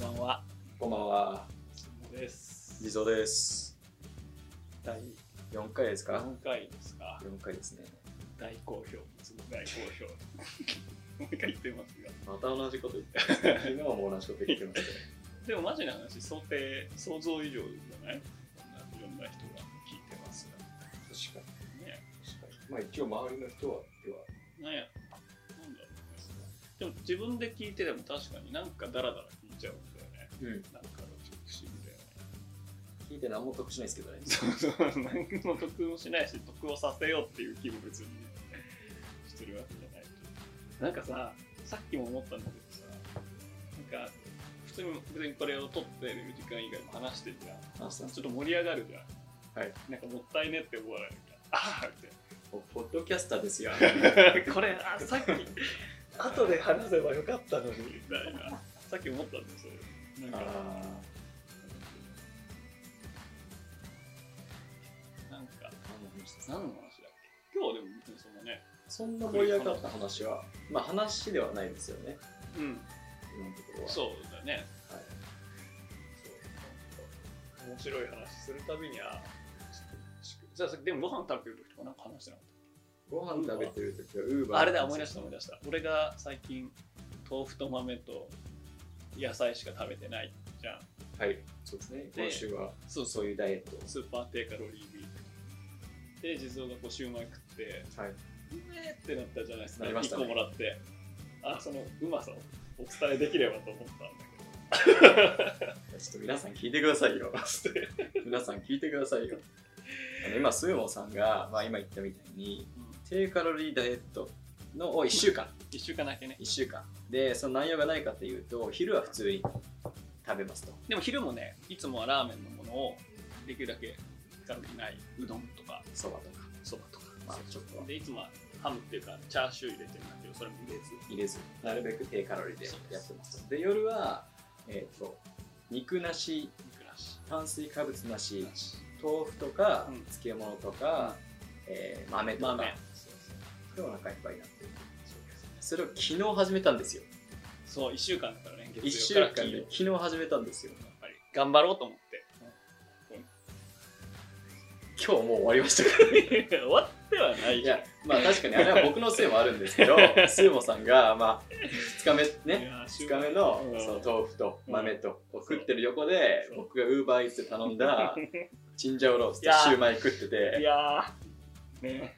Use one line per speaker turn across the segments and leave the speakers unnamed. こんばんは、
です。
地蔵です。
第
4回ですか
何回ですか
?4 回ですね。
大好評、いつも大好評。毎回言ってますが。
また同じこと言ってます、ね。 昨日も同じこと言ってまし
でもマジな話、想定、想像以上じゃないいろんな人が聞いてますが。
たよ。確か
ね
に。確かに。まあ一応周りの人は、では、
なんや、なんだろうね。でも自分で聞いてでも確かになんかダラダラ聞いちゃうんだよね。
うん。
なんかちょっと不思議だよね。
聞いて何も得しないですけどね。
そうそう、何も得もしないし、得をさせようっていう気も別にしてるわけじゃないと。なんかさ、さっきも思ったんだけどさ、なんか、普通に別にこれを撮ってる時間以外も話してるじゃん。
話したんです
ちょっと盛り上がるじゃん。
はい。
なんかもったいねって思わないか。ああっ
よポッドキャスターです よ。
て。これ、あさっき、み
後で話せばよかったのに。
たいな。さっき思ったんですよ。なん
あ
か、なんか、
あ、何の話ですか
何の話だっけ今日はでも別にそんなね、
そんな盛り上がった話は、まあ話ではないですよね。
うん、
今のところは。
そうだね。
はい。
そう面白い話するたびにあじゃあでもご飯食べてる時とかなんか話してなかっ
ご飯食べてるときは、ウー
た
バー
あれだ思い出した思い出した俺が最近豆腐と豆と野菜しか食べてないじゃん
はい。そうですね。今週は、
そう
そういうダイエットを。
スーパー低カロリーウィークで地蔵がこうシューマイ食って
はい。
うめーってなったじゃないですか
なりました
1
ね
個もらってあそのうまさをお伝えできればと思ったんだけど
ちょっと皆さん聞いてくださ いよ。皆さん聞いてくださいよ。あの今、スーモさんが、まあ、今言ったみたいに、低カロリーダイエットのを1週間、
1週間だけね
1週間。で、その内容がないかっていうと、昼は普通に食べますと。
でも昼もね、いつもはラーメンのものをできるだけカロリーないうどんとか
そばとか、
そばとか、
まあ、ちょっと
でいつもはハムっていうかチャーシュー入れてるんだけど、それも入れず。
入れず、なるべく低カロリーでやってます。で、夜は、えっ、と、肉なし、
肉なし。
炭水化物なし
な、し
豆腐とか、
うん
漬物とか、えー豆とか、
豆。
でお腹いっぱいになってる。
そうですね
それを昨日始めたんですよ。
そう、1週間だからね、
1
月
週
曜から
間
金曜。
で
や
昨日始めたんですよ。
っぱり頑張ろうと思って。
今日もう終わりましたから、ね、
終わってはない
い
じゃん。
や、まあ確かにあれは僕のせいもあるんです けど、スーモさんが、まあ、2日目ね、
やー、
2
週
日目の
うん
その豆腐と豆とこう食ってる横で、僕がウーバーイーツで頼ん だ、チンジャオロースとシューマイ食っ て
い
て、
やー、ね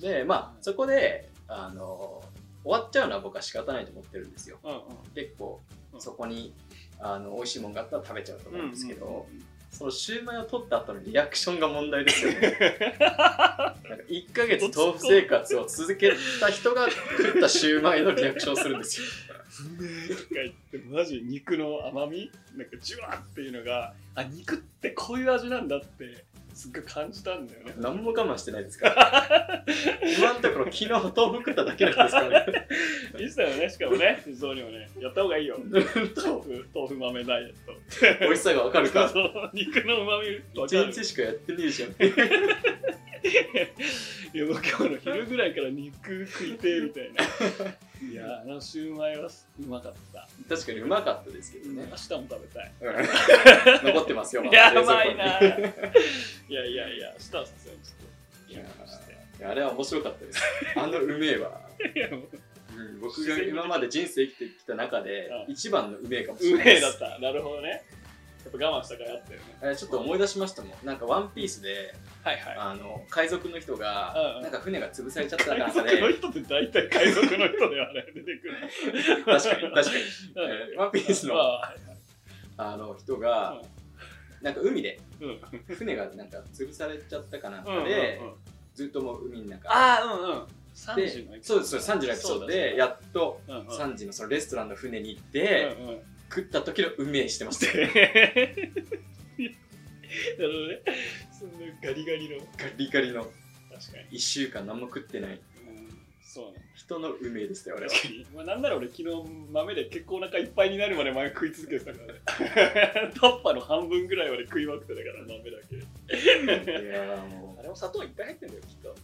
で、まあそこで、あの、終わっちゃうのは僕は仕方ないと思ってるんですよ。
うんうん。
結構
う、ん
そこに、あの、美味しいもんがあったら食べちゃうと思うんですけど、
うんうん うん
そのシューマイを取った後のリアクションが問題ですよね。 なんか1ヶ月豆腐生活を続けた人が食ったシューマイのリアクションをするんです よ。
うめえとか言ってマジ肉の甘みなんかジュワーっていうのがあ肉ってこういう味なんだってすっごい感じたんだよね
何も我慢してないですから。今のところ昨日豆腐食っただけなんですから ね。
いいっすよねしかもね地蔵にもねやった方がいいよ豆腐豆腐豆ダイエット
美味しさがわかるか。
そう肉のうまみわか
1
る
日しかやってねえじゃん。
いやもう今日の昼ぐらいから肉食いてみたいないやあのシューマイはうまかった、
確かにうまかったですけど
明日
ね
も。食べたい
うん残ってます よ、まだ
や
冷蔵庫
ば
に
いないやいやいや明日はさすがにち
い
ょ
や
っとして
いやあれは面白かったです。あのうめえは。
いやもう
うん僕が今まで人生生きてきた中で
うん
一番のうめえかもしれ
運
ないで
営
す
だった。なるほどね。やっぱ我慢したからやったよね。
えーちょっと思い出しましたもんなんかワンピースで
はいは
あの海賊の人
うんう
が
ん
なんか船が潰されちゃった
海
なんか
賊の
で
人って大体海賊の人であれ出てくる。
確かに確かに
うん
えーワンピース
ま
の
あ
あの人がなんか海で
うんうん
船がなんか潰されちゃったかなん
うんう
か
ん
でずっともう海の中
ああ、うんうん。三
で
時のエピソ
そ
ー
う
ド
ですそうです3時のエピソード
そ
で
うだ
やっと
うんうん
3時のそのレストランの船に行っ
うん
て
うん
食った時の運命してましたよ
なるほどね。そんなガリガリの。
ガリガリの
確かに。
1週間何も食ってない
うんそうね。
人の運命でしたよ俺は
確かに。まあ、なんなら俺昨日豆で結構お腹いっぱいになるまで前食い続けてたからね。タッパの半分ぐらいまで食いまくってたから豆だけ。
いやーもう
あれも砂糖いっぱい入ってるんだよ、きっと。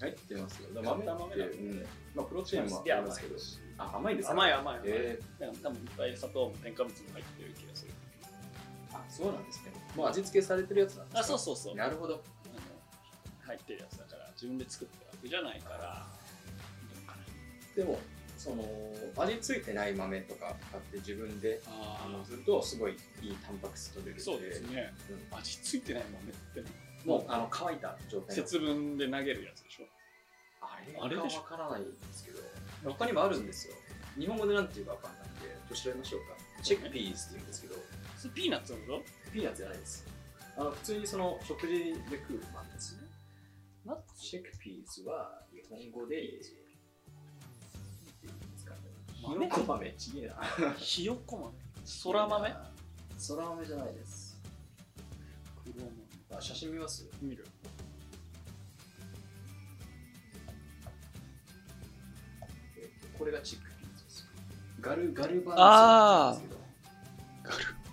入ってますよ。だ
から豆
豆って、
豆なんで
うんまあ、プロチーンもありますけど。あ、甘いですか
甘い甘い甘い。
え
なんか多分いっぱい砂糖も添加物も入ってる気がする。
そうなんですね。もう味付けされてるやつなんですか
あそうそうそう
なるほど。
あの入ってるやつだから自分で作ったわけじゃないから
でも、その、味付いてない豆とか買って自分であ
あ
のすると、すごいいいタンパク質取れるん
あ
で。
そうですね、
う
味付いてない豆って
もう、あの、乾いた状態の。
節分で投げるやつでしょ
あれ
あれ
が
でしょ
わからないんですけど、他にもあるんですよ。日本語でなんていうかわかんないんで、ちょっと調べましょうか。チェックピーズって言うんですけど、
それピーナッツのこと
ピーナッツじゃないです。あの、普通にその、食事で食う豆ですね。
ナッ
チェックピーズは日本語で、ひ
豆
よこ豆ちげえな。
ひよこ豆空豆
そら豆じゃないです。
黒豆
あ写真見ます
見る
えっとこれがチックピーズです。ガル、ガルバ
あー
ナ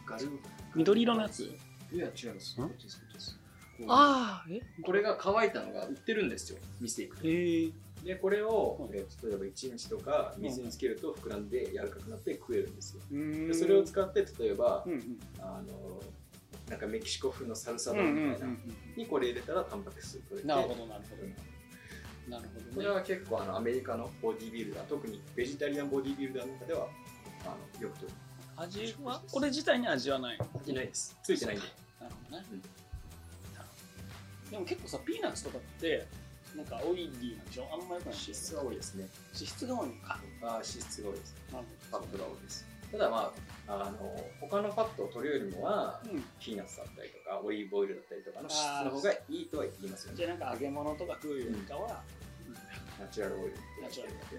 ガル、ガル。
緑色のやつ
いや、違います。こっちですこっちです
ああえ
これが乾いたのが売ってるんですよ、店行くと。
へえ
で、これを
う、ん
えー例えば1日とか水につけると膨らんで柔らかくなって食えるんですよ。
う
でそれを使って、例えば
う、んうん
あの、なんかメキシコ風のサルサ
う
ド
ん
み
うん
た
う
いな。
ん
にこれ入れたらタンパク質取れて。
なるほどなるほ
うん
どなるほ
こ
ど
れ
ね
は結構あのアメリカのボディービルダー、特にベジタリアンボディービルダーの中ではあのよく取る。
味はこれ自体に味はない
ついてないです。ついてないんで。
なるほどね、
うん
でも結構さピーナッツとかってなんかオイリーなんでしょあんまよくないんで
脂
す
質
よ
が多いですね。
脂質が多いのか
あー脂質が多いです。
なる
フ
ほ
ァッ
ど
トが多いです。ただまあ、あの他のファットを取るよりもは、
うん
ピーナッツだったりとか、オリーブオイルだったりとかの脂質の方がいいとは言いますよ
じゃ
ね。
あなんか揚げ物とか食うよりかは、
ナチュラルオイルって言
ナ
っ
チュ
てる
ラ
ので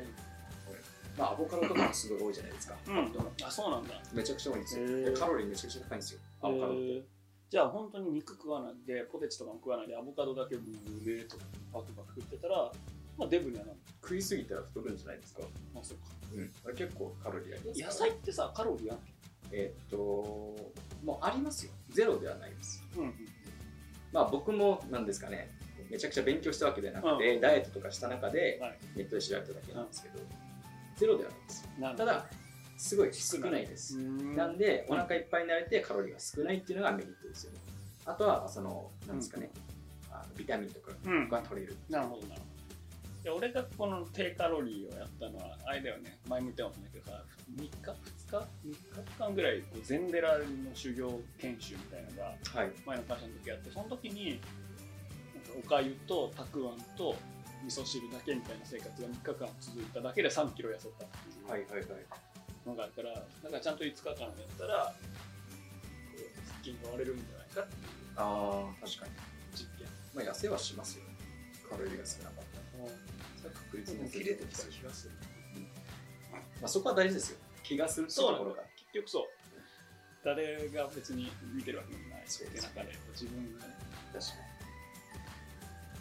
ル。
まあ、アボカドとかもすごい多いじゃないですか。
うん、あそうなんだ
めちゃくちゃ多いんです
へ
よ。
ー
でカロリーめちゃくちゃ高いんですよ。アボカドって。
へーじゃあ本当に肉食わないでポテチとかも食わないでアボカドだけブレーとバクバク食ってたらまあデブにはなる
食いすぎたら太るんじゃないですか。
まあそうか
うん。あれ結構カロリーありますから
野菜ってさカロリーある
えーっと、もうありますよ。ゼロではないです。
うん
まあ僕もなんですかね、めちゃくちゃ勉強したわけではなくて、ダイエットとかした中で
はい
ネットで調べただけなんですけど、ゼロではないです。
なるほ
た
ど
だ、すごい少ないです。
ん
なんで、お腹いっぱいになれてカロリーが少ないっていうのがメリットですよね。あとは、その、なんですかね、あのビタミンとか
うん
が取れる。
なるほどなるほどで俺がこの低カロリーをやったのはあれだよね前も言ったかもしれないけどさ3日2日3日間ぐらいこう禅寺の修行研修みたいなのが
はい。
前の会社の時あってその時になんかおかゆとたくあんと味噌汁だけみたいな生活が3日間続いただけで3キロ痩せたっていう
はいはいはい。
のがあるから、なんかちゃんと5日間やったらこう腹筋が割れるんじゃないかっていう
ああ、確かに。
実験
まあ、痩せはしますよね。カロリーが少なかったら。それは確
でも切れてきた気
がする。まあ、そこは大事ですよ。気がするってと
そうな
こ
の
ろ
か
が。
結局そう誰が別に見てるわけでもない
そう
って
ですね
中で自分がね
確か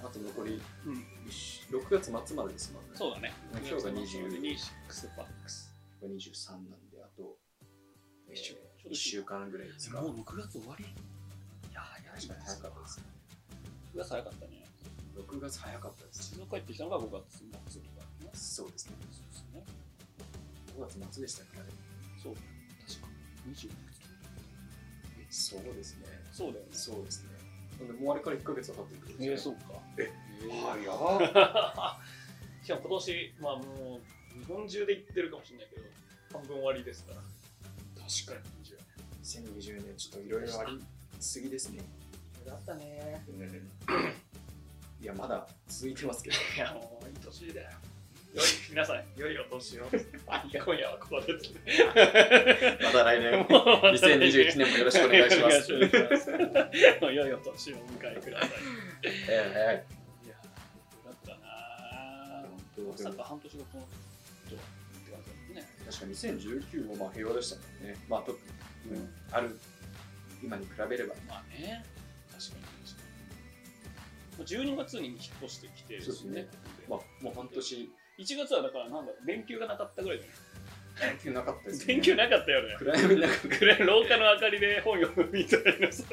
に。あと残り
うん
6月末までですもんね。
そうだね
今日が20
で26パックス
う。23なんで、あと、え
一週
ー、1週間ぐらいですか。
う6月終わりいやーやばい
確かに早かったですね。
6月早かったね
6月早かったです。
静岡帰ってきたのが5月末とかね
そうですね。
そうですね
5月末でしたっけあれ
そう確か26
そうですね。
そうだよね
そうですね。なんで、もうあれから1ヶ月は経ってるん
えー、
です
そう
ね。
か
え
えー
早っ
しかも今年まあもう日本中で行ってるかもしれないけど半分終わりですから
確か
かに20
2020年、ちょっといろいろありすぎですね。
だったね
いや、まだ続いてますけど。
いやもういい年だよよい皆さん良いお年を今夜はここでですね
また来 年
2021
2021年もよろしくお願いしま す。
良いお年をお迎えください
え
いやー、よかったなー。
えええ
まさか半年後この人はって感じだね。
確か2019もまあ平和でしたもんね。まあ、特に、
うん
ある、今に比べれば。
まあね、確かに確かに。もう12月に引っ越してきてるんですよね。
まあ、もう半 年、
1月はだからなんだろう、連休がなかったぐらいじゃ
連休なかったで
ない
すね。
連休なかったよね。
暗闇の中
くらい廊下の明かりで本読むみたいなさ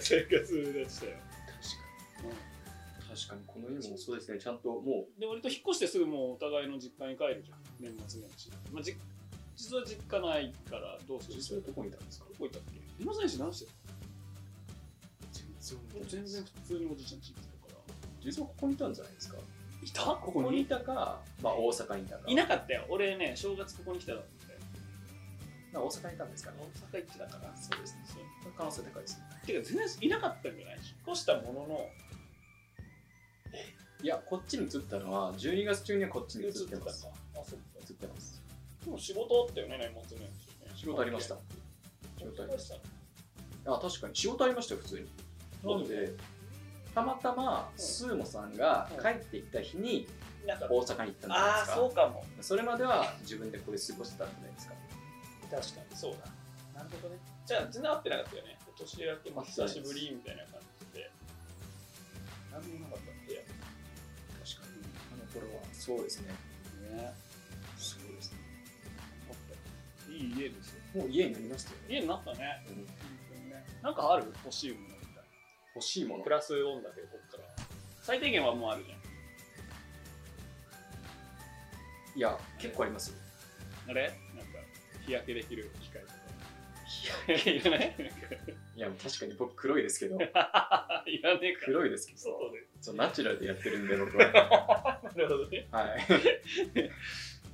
生活でしたよ。
確かに、この家もそうですね。ちゃんとも
で、割と引っ越してすぐもうお互いの実家に帰るじゃん、年末年始。まあ、じ実は実家ないからどうする
実際どこにいたんですか
どこ行ったっけ今選手何してた
全
もう全然普通におじいちゃんち行ってたから
実はここにいたんじゃないですか
いたこ
ここにいたか、まあ、大阪にいたか
いなかったよ俺ね正月ここに来ただって
まあ大阪にいたんですかね
大阪行ってたからそうですねそう
可能性高いですね
てか全然いなかったんじゃない引っ越したものの
いやこっちに移ったのは12月中にはこっちに移ってます
あそうか
移ってます
でも仕事あったよね年末年始ね
仕事ありました
仕
仕
事
事
あ
あ
り
り
ま
ま
し
したあ確かに仕事ありましたよ普通にな
なん
の
で
でたまたまスーモさんが帰ってきた日に
なんか
大阪に行ったんじゃない
あ
で
あ
す
そ
か
うかも
それまでは自分でこれ過ごしてたんじゃないですか
確かにそうだなるほどねじゃあ全然会ってなかったよね今年明けも久しぶりみたいな感じで何もなかったんで
確かにあの頃はそうですね
ね
そうですね
いい家ですよ
もう家になりましたよね
家になったね
うん
なんかある欲しいものみたい
欲しいも
な
の
プラス4だけどこっから最低限はもうあるじゃん
いや結構ありますよ
あれなんか日焼けできる機械とか日焼けいらない
いや確かに僕黒いで すけど
いらねえから
黒いですけど
外で
ちょっとナチュラルでやってるんで僕は
なるほどね
はい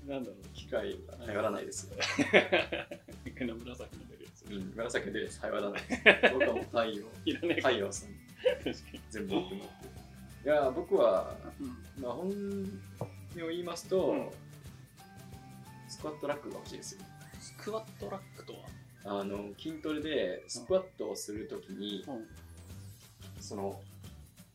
なんだろう
機械は頼らないですよ、
一回の紫の出るやつ
うん、紫の出るやつ頼らないです僕はもう太陽
いらねえか
太
ら
陽さん
確かに
全部僕持ってるいや僕は
うん
まあ本音を言いますと、
うん
スクワットラックが欲しいですよ
スクワットラックとは
あの筋トレでスクワットをするときに、
うん
その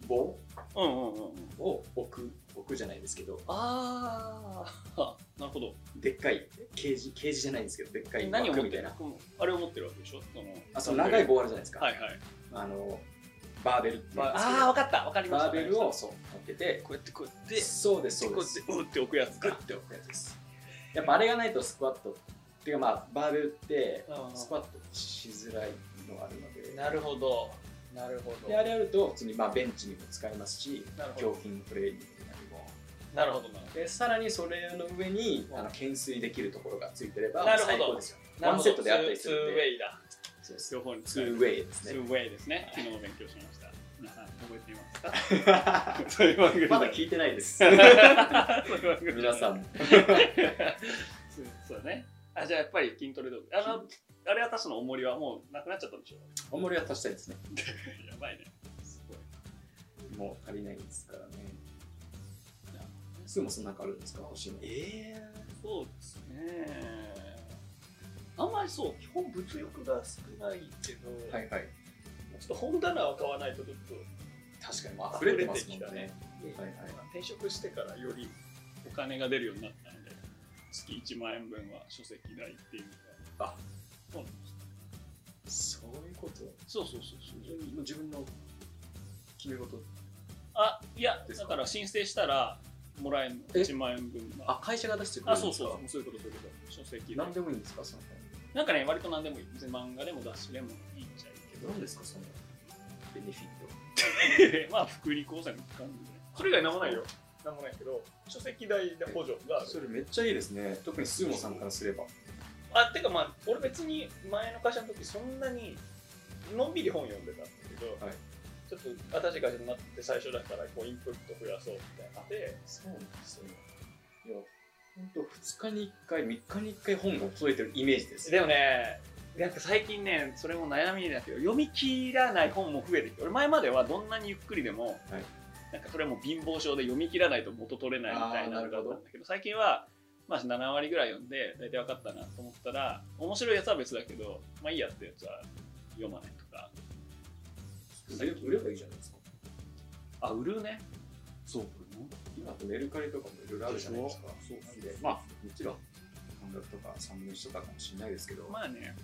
棒
うんうんうん
を置く置くじゃないですけど
あ あなるほど
でっかいケージケージじゃないんですけどでっかい
何を持
枠
っ
み
て
たい
る
な
あれを持ってるわけでしょその
あその長い棒あるじゃないですか、
はいはい
あのバーベルっていうんですけど
ああ分かった分かりました
バーベルを
こ
そう持ってて
うやってこうやって
そうです
こ
そう
うや
で
ってう
す
って置くやつ
グ
か
ッて置くやつですやっぱあれがないとスクワットっていうかまあバーベルってスクワットしづらいのがあるので
なるほどなるほど
であれやると普通にまあベンチにも使えますし
なるほど
胸筋のトレーニングになりも
なるほどなる
でさらにそれの上に
うん
あの懸垂できるところがついてれば
なるほど
最高ですよ
ほど
ワンセットであったりする
ツーウ
ん
ェ
で
イだ
そうです
両方に
ツ
使え
ー
る
ウェイです
ツー
ね
ウェイですね昨日勉強しました皆さん覚えていますか そういう番組
まだ聞いてないです 皆さんも
そうそうだねあじゃあやっぱり筋トレ道具あのあれは私の重りはもうなくなっちゃったんでしょ
おもりは足したいですね
やばいねすごい
もう足りないですからね
なるほどね
すぐもそんなかあるんですか欲しいの
ええそうですねあんまりそう基本物欲が少ないけど、
はいはい
ちょっと本棚は買わないとちょっと
確かにもう溢れてますもんね
溢れて
はいはい
転職してからよりお金が出るようになったので月1万円分は書籍代っていうのが
あ
そうなんです
そういうこと
そうそうそうそう
もう自分の決め事
あいや
です
だ
か
から申請したらもらえるの
え
1万円分が
あ会社が出してくれ
あ
るん
そ
で
う
すか
そうそうそういうことそういうこと書籍代
何でもいいんですかその
なんかね割と何でもいい別に漫画でも雑誌でもいいっちゃいいけど
何ですかそのベネフィット
まあ福利厚生の一環でねそれ以外なんもないよなんもないけど書籍代で補助がある
それめっちゃいいですね特にスーモさんからすれば
あてかまあ俺別に前の会社の時そんなにのんびり本読んでたんだけど、
はい
ちょっと新しい会社になって最初だからこうインプット増やそうみたいなので
そうなんですよいや本当2日に1回3日に1回本が届いてるイメージです
でもねなんか最近ねそれも悩みだけど読み切らない本も増えてきて俺前まではどんなにゆっくりでも、
はい
なんかそれも貧乏症で読み切らないと元取れないみたいなの
あーな
があ
る
っ
ほど
たんだけど最近は、まあ、7割ぐらい読んで大体分かったなと思ったら面白いやつは別だけどまあいいやってやつは読まないとか
売れ売ればいいじゃないですか
あ売るねそう
今だとメルカリとかもいろいろあるじゃないですか
そう
なんでまあもちろん半額とか3分の1とかかもしれないですけど、
まあね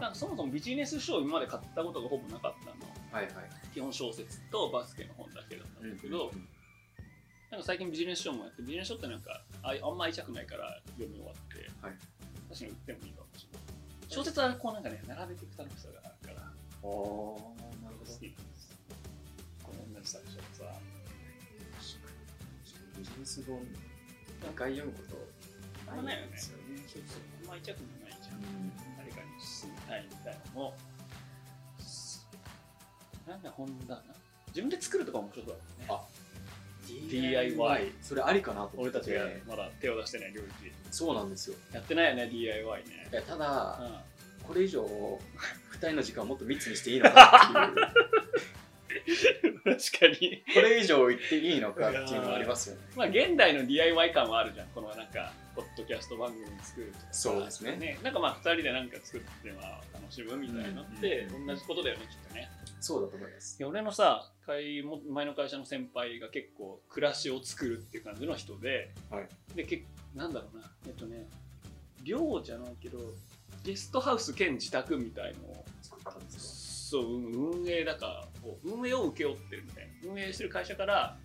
なんかそもそもビジネス書を今まで買ったことがほぼなかったの
はいはい
基本小説とバスケの本だけだったんだけど、なんか最近ビジネス書もやってビジネス書ってなんかああんまり痛くないから読み終わって、
はい
確かに売ってもいいかもしれない小説はこうなんかね並べていく楽しさがあるから
あーなる
好
ほ
き
ど
なんですこの同じ作者さ
ビジネス本何回読むことないんですよね。
まいたくもないじゃん。誰かに勧めたいみたいなのも、なんだ、本だな。自分で作るとかも面白そうだもんね。
あ
DIY
それありかなと思
俺
って
たちがまだ手を出してない領域。
そうなんですよ
やってないよね、DIY ね
い。やただ、
うん。
これ以上二人の時間をもっと密にしていいのかっていう
確かに。
これ以上言っていいのかっていうのはありますよね
まあ、現代の DIY 感はあるじゃん。このなんか、ポッドキャスト番組作るとか。
そうですね
ね。なんかまあ、二人でなんか作って、まあ、楽しむみたいなのって
う、ん
同じことだよね、きっとね。
そうだと思います
いや俺のさ会も前の会社の先輩が結構暮らしを作るっていう感じの人で、
はい
でけなんだろうなえっとね寮じゃないけどゲストハウス兼自宅みたいのを
作ったんです
そう運運営だからこう運営を請け負ってるみたいな運営してる会社から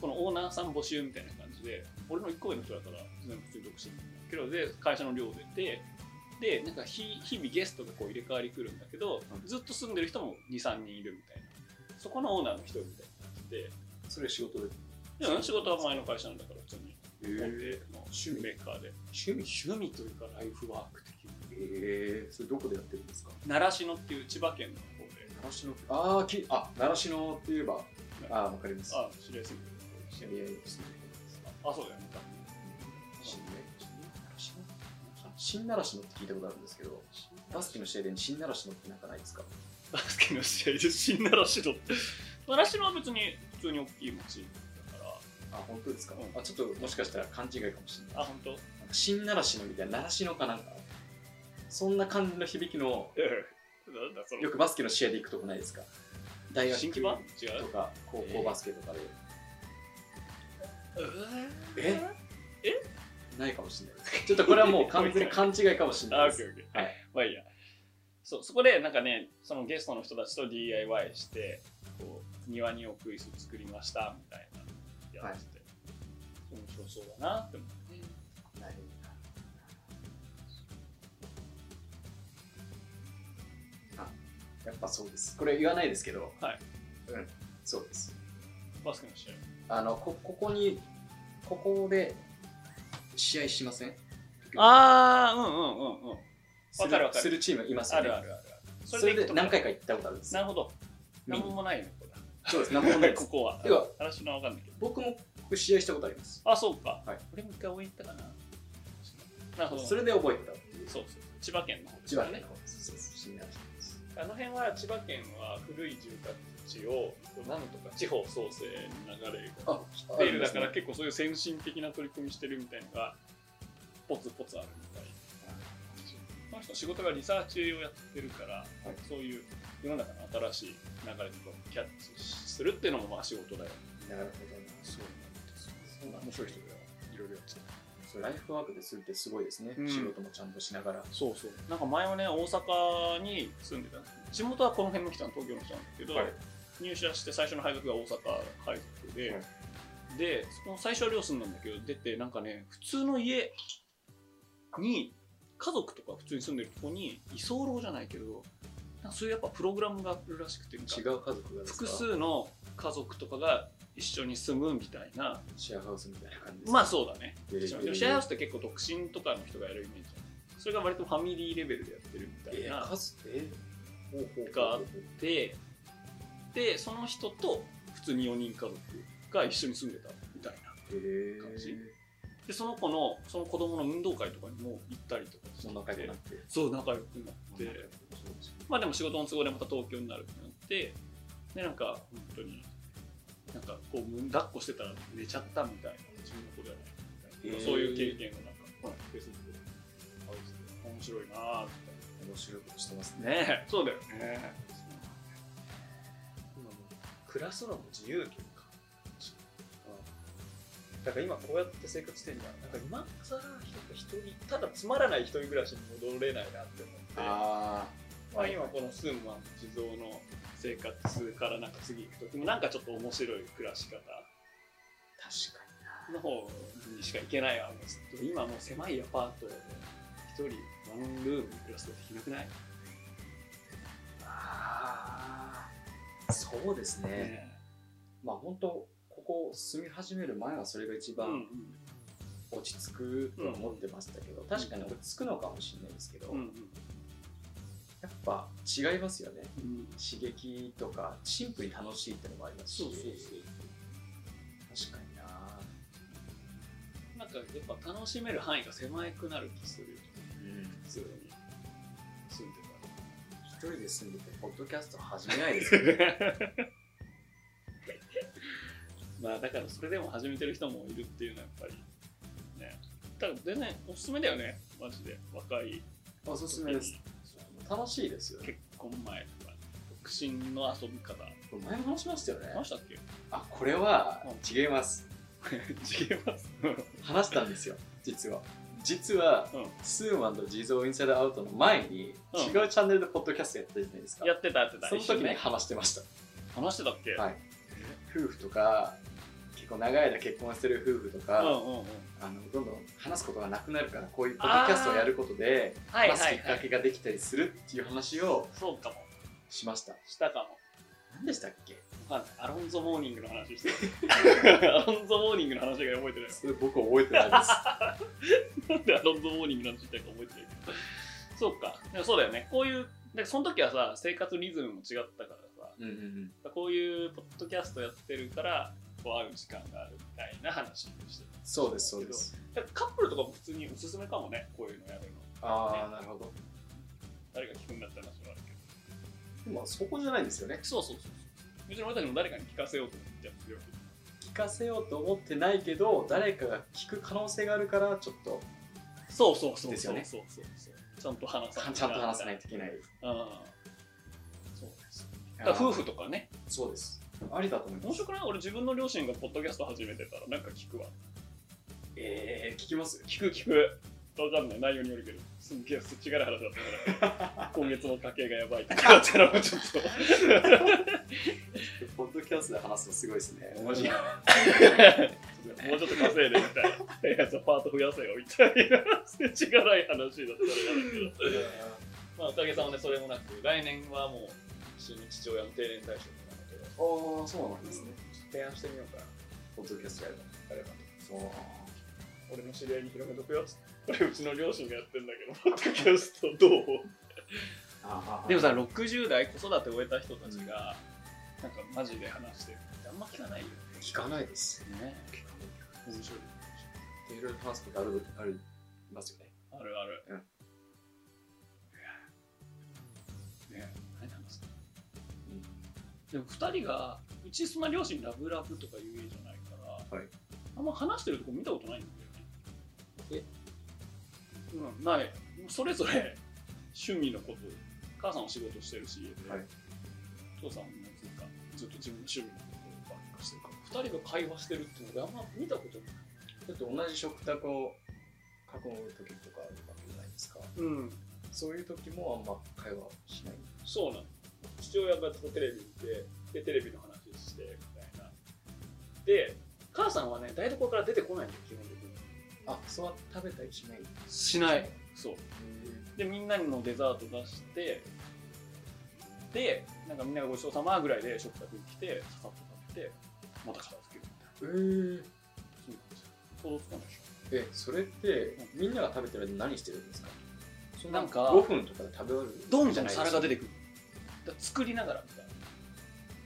このオーナーさん募集みたいな感じで俺の1個上の人だから全部普通に独身なんだけどで会社の寮出てでなんか日日々ゲストがこう入れ替わり来るんだけど
うん
ずっと住んでる人も23人いるみたいなそこのオーナーの一人みたいな感じで
かそれ仕事で
でも仕事は前の会社なんだから普通に
え
大手のシューメーカーで
趣味
趣味というかライフワーク的な
えー、それどこでやってるんですか
習志野っていう千葉県の方で
習志野あーきあ習志野って言えばああわかります
あ知り合いすぎて
知り合いですね
あそうだよね多分
新新習志野って聞いたことあるんですけどバスケの試合で新習志野ってなんかないですか
バスケの試合で新習志野って習志野は別に普通に大きい街だか
あ本当ですか、
うん
あちょっともしかしたら勘違いかもしれ
ら
な
あ
い
本当
なんか新習志野みたいな習志野かなんかそんな感じの響きの
なんだその
よくバスケの試合で行くとこないですか大学
新規版違
と
う
か高校バスケとかで、
え
ないかもしれないですちょっとこれは もう完全に勘違いかもしれな
あ
い
オ
で
ッケーオッ
す
ケー
はい
まあいいやそうそこでなんかねそのゲストの人たちと DIY してこう庭に置く椅子作りましたみたいなやつで、面白そうだなって思って、
ないあやっぱそうですこれ言わないですけど
はい
うんそうです
バスケの試合
あのこここにここで試合しません
ああうんうんうんうん
す
わかるわかる
するチームいます
あ
よね
るあるある
それ
行く
で
と
何回か行ったことあるんです
なるほど
見
何
に
もないのこれ
そうです何もないで
こ
す
こは。
てか
話のわかんないけど。
僕も試合したことあります
あ、そうか。
はい
俺も一回応援行ったかな。なるほど。
それで覚えたっていう
そうそう。千葉県の方です
千
よ
葉
ね
ね。そうそうそう信頼してます
あの辺は千葉県は古い住宅地をなんとか地方創生の流れが
あ
来ているだから結構そういう先進的な取り組みしてるみたいのがポツポツあるみたいな。この人仕事がリサーチをやってるから、そういう世の中の新しい流れとかをキャッチするっていうのもまあ仕事だよね。
なるほどなそう
そうなん面白い人がいろいろやってた。
そうライフワークでするってすごいですね、
うん
仕事もちゃんとしながら
そうそうなんか前はね大阪に住んでたんです地元はこの辺の人なの東京の人なんだけど、
はい
入社して最初の配属が大阪配属で、
は
でその最初は寮住んだんだけど出てなんかね普通の家に家族とか普通に住んでるとこに居候じゃないけどなんかそういうやっぱプログラムがあるらしくてなんか
違う家族がです
複
か
数の家族とかが一緒に住むみたいな
シェアハウスみたいな感じです
まあそうだね
えー
シェアハウスって結構独身とかの人がやるイメージそれが割とファミリーレベルでやってるみたい
えー、
な
数えーほうほうほうほう
があっででその人と普通に4人家族が一緒に住んでたみたいな
えー
感じでその子のその子供の運動会とかにも行ったりとかして
そんな感じになって
そう仲良くなっ
そんな
て
感じそうです
まあでも仕事の都合でまた東京になるってなってでなんか本当になんかこう抱っこしてたら寝ちゃったみたいな自分の子ではないみたい
へ
な
ー
そういう経験がなんかこの間フェイスブックであるんですけど面白いなぁみたいな。
面白いことしてますね
ねえそうだよね
今もう暮らすのも自由権かだから今こうやって生活してるんだなんか今更
一人ただつまらない一人暮らしに戻れないなって思って
あ
まあ、今このスーマン地蔵の生活からなんか次行く時もなんかちょっと面白い暮らし方
ー確かにな
の方にしか行けないわけです今もう狭いアパートで一人ワンルームで暮らすことできなくない、
ああそうですね
ね
まあ本当ここ住み始める前はそれが一
うんう
番
ん
落ち着くとは思ってましたけど、確かに落ち着くのかもしれないですけど、
うん
やっぱ違いますよね
うん
刺激とかシンプルに楽しいってのもありますし
そうそうそう
確かにな
なんかやっぱ楽しめる範囲が狭くなる気するよ
うん
普通に住んで
一人で住んでてポッドキャスト始めないですよね
たら まあだからそれでも始めてる人もいるっていうのはやっぱりねただ全然おすすめだよねマジで若い
おすすめです楽しいですよね
結婚前とか独身の遊び方
これ前も話しましたよね
ましたっけ
あこれは
う
違います
違います
話したんですよ実は実は
うん
スーマンと地蔵インサイドアウトの前に
うん
違うチャンネルでポッドキャストやってたじゃないです か
やってたやってた
その時に
ね
話してました
話してたっけ、
はい夫婦とか結構長い間結婚してる夫婦と
うん
か、
うんうん
あのどんどん話すことがなくなるからこういうポッドキャストをやることで
はい
話
は
すき
い
っ
はい
かけができたりするっていう話を
そうかも
しました
したかも
何でしたっけ
わかんないアロンゾモーニングの話して るアロンゾモーニングの話が覚えてない
それ僕覚えてない です
なんでアロンゾモーニングの話したか覚えてないけどそうかでもそうだよねこういうでその時はさ生活リズムも違ったから
うんうんうん
さこういうポッドキャストやってるからこう会う時間があるみたいな話をしてた
そうですそうです
だからカップルとかも普通におすすめかもねこういうのやるの
ああなるほど
誰が聞くんだったら話はあるけど
でもそこじゃないんですよね
そうそうそうそう別に俺たちも誰かに聞かせようと思ってやってるわけ
聞かせようと思ってないけど誰かが聞く可能性があるからちょっと
そうそうそう
ですよね
そうそうそうちゃんと話さ
ちゃ
なんい
と話さないといけない
ああそうですだから夫婦とかね
そうですありだと思いま
面
す
白くない俺自分の両親がポッドキャスト始めてたらなんか聞くわ
えー、聞きます
聞く聞くわかんない内容によるけどすんげえすっちがらい話だったから今月の家計がやばい ってなったらもうちょっと
ポッドキャストで話すのすごいですね面白い
もうちょっと稼いでみたい ないやじゃあパート増やせよみたいなすっちがらい話だったらやだけどまあ、おかげさまでそれもなく、来年はもう、一緒に父親の定年退職 なので、
ああそうなんですね
提案してみようかな、
ポッドキャストやるの
あれば。
そう
俺の知り合いに広めとくよっつって、これうちの両親がやってんだけど、ポッドキャストどう
あー
でもさ、60代子育て終えた人たちが、なんかマジで話してるってあんま聞かないよね。
聞かないです
ね。
聞かない
面白い。
いろいろ話すことあるありますよね
あるある。
うん
いやね何なんですかでも2人がうちそんな両親ラブラブとか言う家じゃないから、
はい
あんま話してるとこ見たことないんだよねえうんないそれぞれ趣味のこと母さんは仕事してるし家で、
はい
父さんもなんつうかずっと自分の趣味のことばっかしてるから2人が会話してるってのがあんま見たことない
だって同じ食卓を囲む時とかあるわけじゃないですか
うん
そういう時もあんま会話しない
そうなの父親がこうテレビ見てでテレビの話してみたいなで母さんはね台所から出てこないんだよ基本的に
あそう食べたりしない
しないそうでみんなのデザート出してでなんかみんながごちそうさまぐらいで食卓に来てささっと食べてまた片付けるみたいな
えー、
そうなんですよ想像つかないでし
えそれってみんなが食べてる間何してるんですか
ょなんか
5分とかで食べ終わる
どんどん皿が出て
て
くるだから作りながらみたいな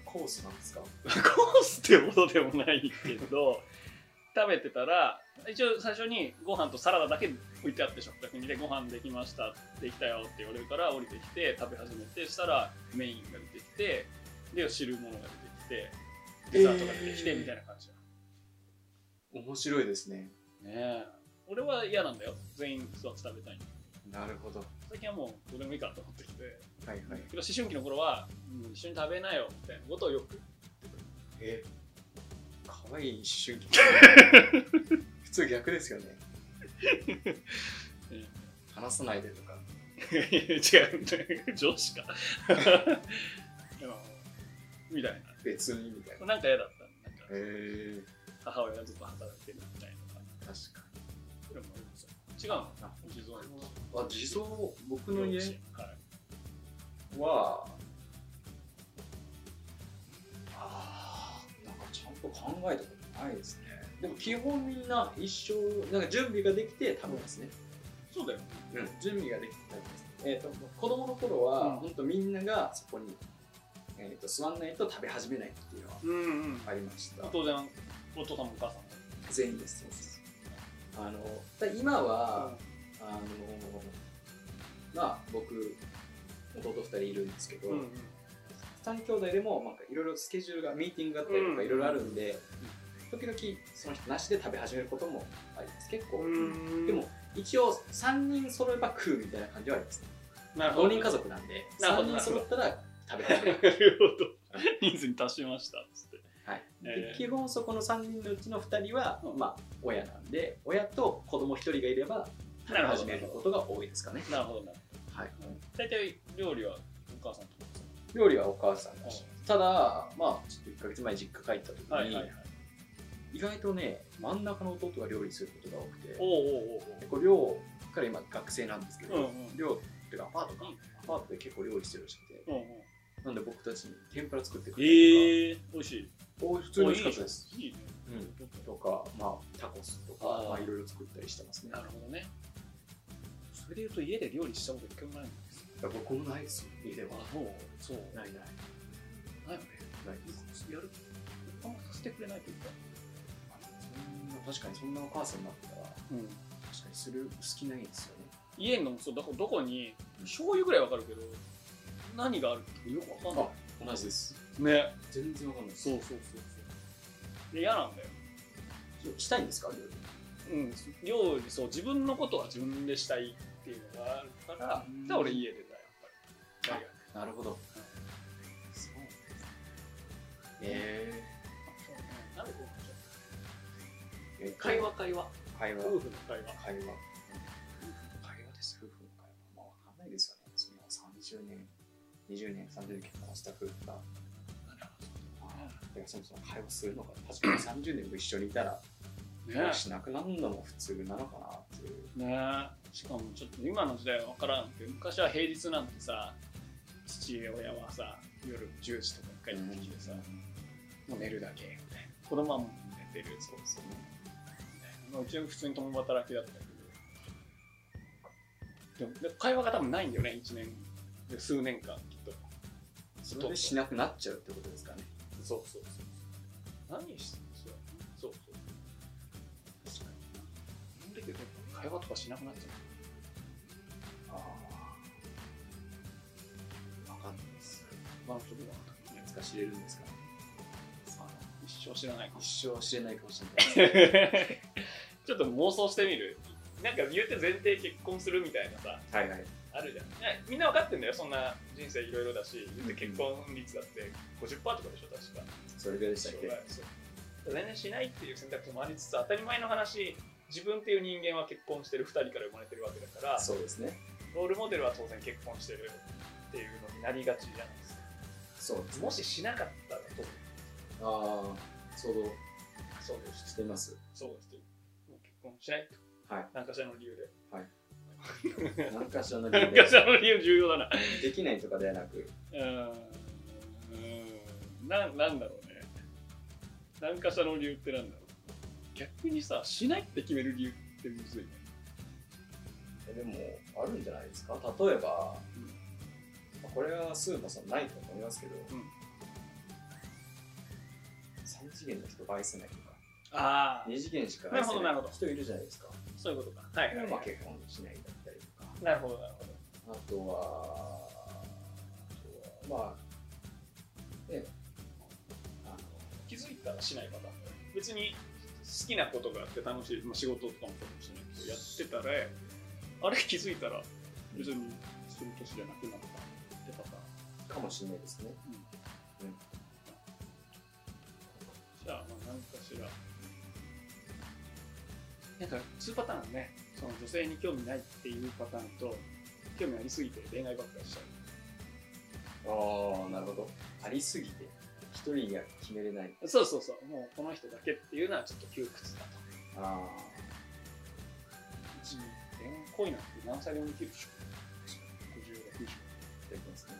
コースなんですか
コースってほどでもないけど食べてたら一応最初にご飯とサラダだけ置いてあって食卓にでご飯できましたできたよって言われるから降りてきて食べ始めてしたらメインが出てきてで汁物が出てきてデザートが出てきてみたいな感じだ
面白いですね
ねえ俺は嫌なんだよ全員座って食べたいの
なるほど
最近はもうどうでもいいかと思ってきて
はいはい
けど思春期の頃は、うん一緒に食べなよみたいなことをよく
えかわいい一瞬 普通逆ですよね
うん
話さないでとか
いや違う、上司か。でもみたい
別にみたいな
な。なんか嫌だった。なんか
へえ
母親がずっと働いてるみたいな感じ。
確か
それもありますよ違うの
あ
お地蔵
にあ地蔵僕の家
はい。
はああなんかちゃんと考えたことないですねでも基本みんな一生なんか準備ができて食べますね、
そうだよ。
うん、準備ができて食べます、えー、と子供の頃は、
うん
ほんとみんながそこに、えー、と座んないと食べ始めないっていうのは
うんうん。
ありました
当然、お父さんもお母さんも。
全員ですそうですあのただ今は、あのまあ僕弟2人いるんですけど、
うんうん。
3兄弟でもなんかいろいろスケジュールがミーティングがあったりとか
うん
いろいろあるんで、時々その人なしで食べ始めることもあります結構、
うん
でも、一応3人揃えば食うみたいな感じはあります
なるほど。
5人家族なんで
なるほ
3
ど
人揃ったら食べ始める、
なるほど。 人数に達しました。つって。
はい
え
で
ー
基本そこの3人のうちの2人は、
うん
まあ親なんで親と子供1人がいれば食べ始めることが多いですかね
なるほどな。
はい
大体、料理はお母さんとお父さん。
料理はお母さんがしますただまあちょっと1ヶ月前実家帰った時に、
はいはいはい。
意外とね真ん中の弟が料理することが多くて
おおおお
結構寮から今学生なんですけど、
うんうん
寮っていうかアパートかアパートで結構料理してるらしくて
お。うんうん。
なんで僕たちに天ぷら作ってくれたり
ええー、美味しい。
とか、お普通に美味しかったです
いいね。
うんとかまあタコスとか
あー
まあいろいろ作ったりしてますね
なるほどね。それで言うと、家で料理したこと一回もないんですよ。
いや僕もないですよ家では
そう。そう。ない
ないない
よね。
ないです
やる。あんまさせてくれないというか。
そんな確かにそんなお母さんになったら
うん。
確かにする好きないですよね
家のそうどこどこに醤油ぐらいわかるけど何があるってよくわかんな
同じです
いね
全然わかんないです
そうそうそうそうで嫌なんだよ
したいんですか料理
うん料理そう自分のことは自分でしたいっていうのがあるから
うん
だから俺家でだやっぱり
なるほどそうなんですえ
なんでこうなっちゃっ
えー
た会話会話
会話
夫婦の会話
会話。会話です。夫婦の会話。まあ、わかんないですよね。そんな30年、20年、30年結婚した夫婦が。てかそもそも会話するのか、確かに30年も一緒にいたら、会話しなくなるのも普通なのかなっていう。
ねえしかもちょっと今の時代は分からんけど昔は平日なんてさ父親はさ夜10時とか帰ってきてさ、もう寝るだけみたいな子供はもう寝てるそうそうまあうちは普通に共働きだったけどでもで会話が多分ないんだよね1年で数年間きっと
それでしなくなっちゃうってことですかね。
そうそうそう何してるんですよそうそう確かになんでけど会話とかしなくなっちゃう
ああ。わかんないです。
まあそれは
つか知れるんですかね。
一生知らないかも
一生知れないかもしれない。
ちょっと妄想してみるなんか言うて前提結婚するみたいなさ
はいはい。
あるじゃんねみんな分かってんだよそんな人生いろいろだし言うて結婚率だって50%とかでしょ確か
それぐらいでしたっ
将
け
来そう全然しないっていう選択肢もありつつ当たり前の話自分っていう人間は結婚してる2人から生まれてるわけだから
そうですね。
ロールモデルは当然結婚してるっていうのになりがちじゃないですか
そうですね。
もししなかったらどう
ああ、想像
そうです
し てます。
そうですもう結婚しない
はい。
何かしらの理由で
何かしらの理由
何かし
で
らの理由重要だな
できないとかではなく、
うーんななんだろうね何かしらの理由ってなんだろう逆にさしないって決める理由ってむずいね
でもあるんじゃないですか。例えば、
うん
まあこれはスーもさんないと思いますけど、
ん
三3次元の人倍せないとか、
あ
2次元しか
な
愛せな
る
い
ほどなるほど
人いるじゃないですか。
そういうことかはい
まあ、結婚しないだったりとか、
なるほどなるほど
あとは、あとはまあ、ね、あの
気づいたらしないパターンだね別に好きなことがあって楽しい、まあ、仕事とかもそうかもしれないけどやってたらあれ気づいたら別にする年じゃなくなったってパターン
かもしれないですね。
じゃあ、まあ、何かしら。なんか、2パターンあるね。その女性に興味ないっていうパターンと、興味ありすぎて恋愛ばっかりしちゃ
ああ、なるほど。ありすぎて、一人が決めれない。
う。そうそうそう。もうこの人だけっていうのはちょっと窮屈だと。
あ
一恋恋なんて何歳でもできるでしょ。50、
あ、できますね。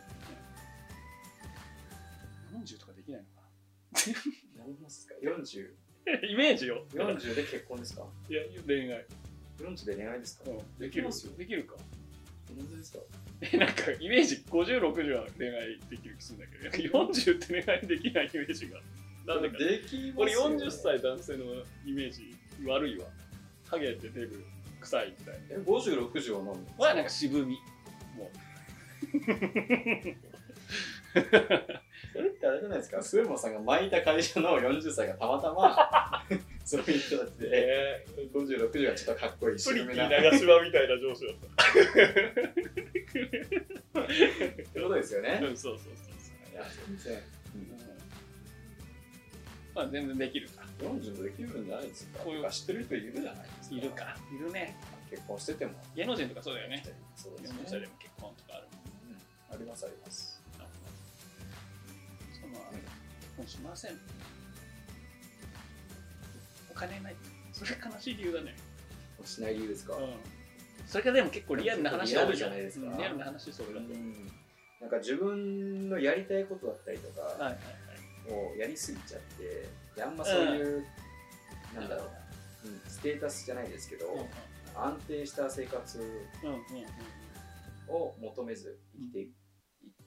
60、40とかできないのか
なりますか ?40。
イメージよ。
40で結婚ですか
いや、恋愛。
40で恋愛ですか
うん
できますよ
できるか。
本当ですか
え、なんか、イメージ50、60は恋愛できる気するんだけど、40って 恋愛できないイメージが。なんでか。
できます
俺
よ
40歳男性のイメージ悪いわ。ハゲてデブ、臭いみたいな。
え50、60は何
まあなんか渋み。も
それってあれじゃないですか、末本さんが巻いた会社の40歳がたまたま そういう人たち
う。
で、50、60がちょっとかっこいい
プリテ
渋め
ィ
な
長島みたいな上司だっ
ってことですよ
た。
ね。
うん、そうそうそうそう。
いや、全然。
まあ全然できるか。
40できるんじゃないですか。
こういう
知ってる人いるじゃないですか。
いる。か。いるね。
結婚してても。
芸能人とかそうだよね。。
そうで
芸
す
能
ね。
人でも結婚とかあるもん
ありますあります。
な。そのあれ結婚しません。お金ない。それ悲しい理由だね。
しない理由ですか。
うん。それがでも結構リアルな話だ
リアルじゃないですか
うんリアルな話それだと。
うんなんか自分のやりたいことだったりとか、
はいはいはい。
もうやりすぎちゃって、であんまそういう、なんだろうな、うんステータスじゃないですけど、
う
安定した生活
んうんうんうん。
を求めず生きていっ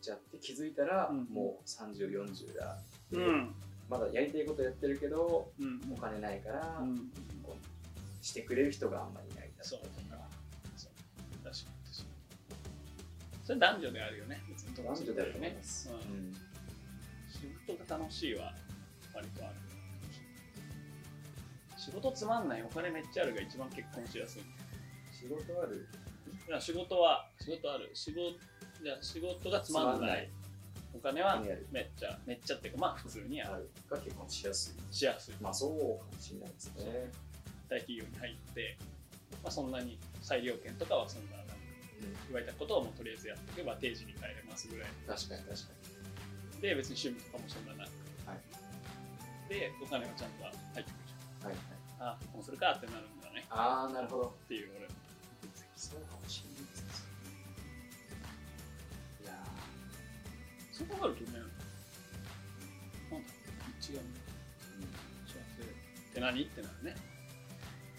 ちゃって気づいたら、
うん
もう3040だ、
う
で
ん
まだやりたいことやってるけど
うん
お金ないから、
うん
こうしてくれる人があんまりいないだ
そう
とか
そう確かに確かにそれ男女であるよね別に
男女だと思います、
うん
うん
仕事が楽しいは割とある仕事つまんないお金めっちゃあるが一番結婚しやすい
仕事ある
だから仕事は仕事ある仕事じゃあ仕事がつまんない
つまんない
お金
あ
は
る
めっちゃめっちゃっていうかまあ普通にあ
あ
る
るが結婚しやすい
しやすい
まあそうかもしれないですね、
大企業に入って、まあ、そんなに裁量権とかはそんななんか
うん
言われたことをもうとりあえずやっていけば定時に帰れますぐらい
確かに確か
で別に趣味とかもそんななく、
はい
でお金がちゃんと入ってくるじ
に、はいはい、
ゃんあこうするかってなるんだね
ああなるほど
っていう俺の分析
そうかもしれないですねいや
そう考えるとねなんだろう違うね幸せって何ってなるね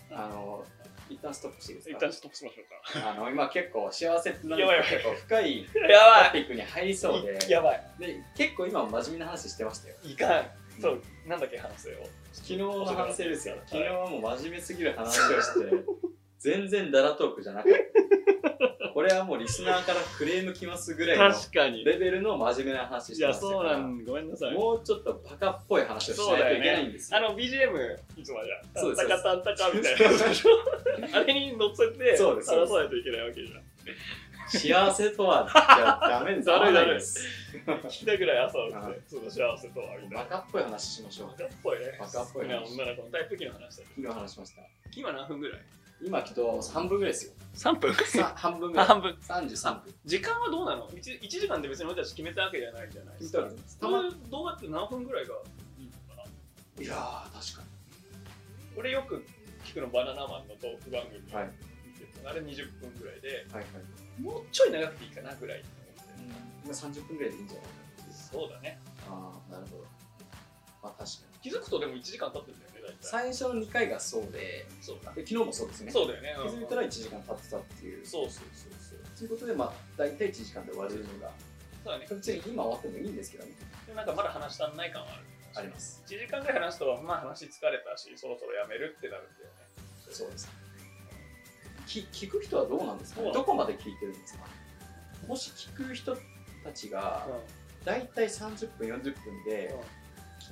ーあの一旦ストップしていいです
一
か
旦ストップしましょう
あの今結構幸せってなん
やばいやばい
結構深い
かや
トピックに入りそうで
やばい
で結構今も真面目な話してましたよ
いかん
そう
なんだっけ話せよ
昨日の反省ですよ
はい
昨日はもう真面目すぎる話をして全然ダラトークじゃなかったこれはもうリスナーからクレームきますぐらいの
確かに
レベルの真面目な話
い
してま
や
した
そう
か
な
ら
んごめんなさい
もうちょっとバカっぽい話をしないといけないんです
あ
よ
の BGM いつもじゃん
そうです
タンタカタンタカみたいな
そう
あれに乗せて
そ
話
うです
さ
そう
な
です
いといけないわけじゃん
幸せとはじゃダメです
だるい
合わないです
聞きたぐらい朝
は
起
い
きてその幸せとはみたいな
バカっぽい話しましょう
バカっぽいね
バカっぽい
好きな
話
女の子のタイプ機の話だけど
昨日話しました
今何分ぐらい
今きっと半分ぐらいですよ
3分
さ半分ぐらい
半分
33分
時間はどうなの 1, 一時間で別に俺たち決めたわけじゃないじゃないですか
たま
そういう動画って何分ぐらいがいいのかない
やー確か
俺よく聞くのバナナマンのトーク番組見て
はい
たあれ20分ぐらいで
にはいはい
もうちょい長くていいかなぐらいって思って
今30分ぐらいでいいんじゃない
そうだね
かなああなるほどまあ確かに
気づくとでも1時間経ってるんだよね大体
最初の2回がそうで
そうだ
で昨日もそうですね
そうだよね
気づいたら1時間経ってたっていう
そうそうそうそう
ということでまあ大体1時間で終われるのが
そうだね
別に今終わってもいいんですけどね
でもなんかまだ話したんない感はある
あります
1時間ぐらい話すとまあ話疲れたしそろそろやめるってなるんだよね
そうですき聞く人はどうなんですかね
そう
どこまで聞いてるんですかねもし聞く人たちが大体30分40分で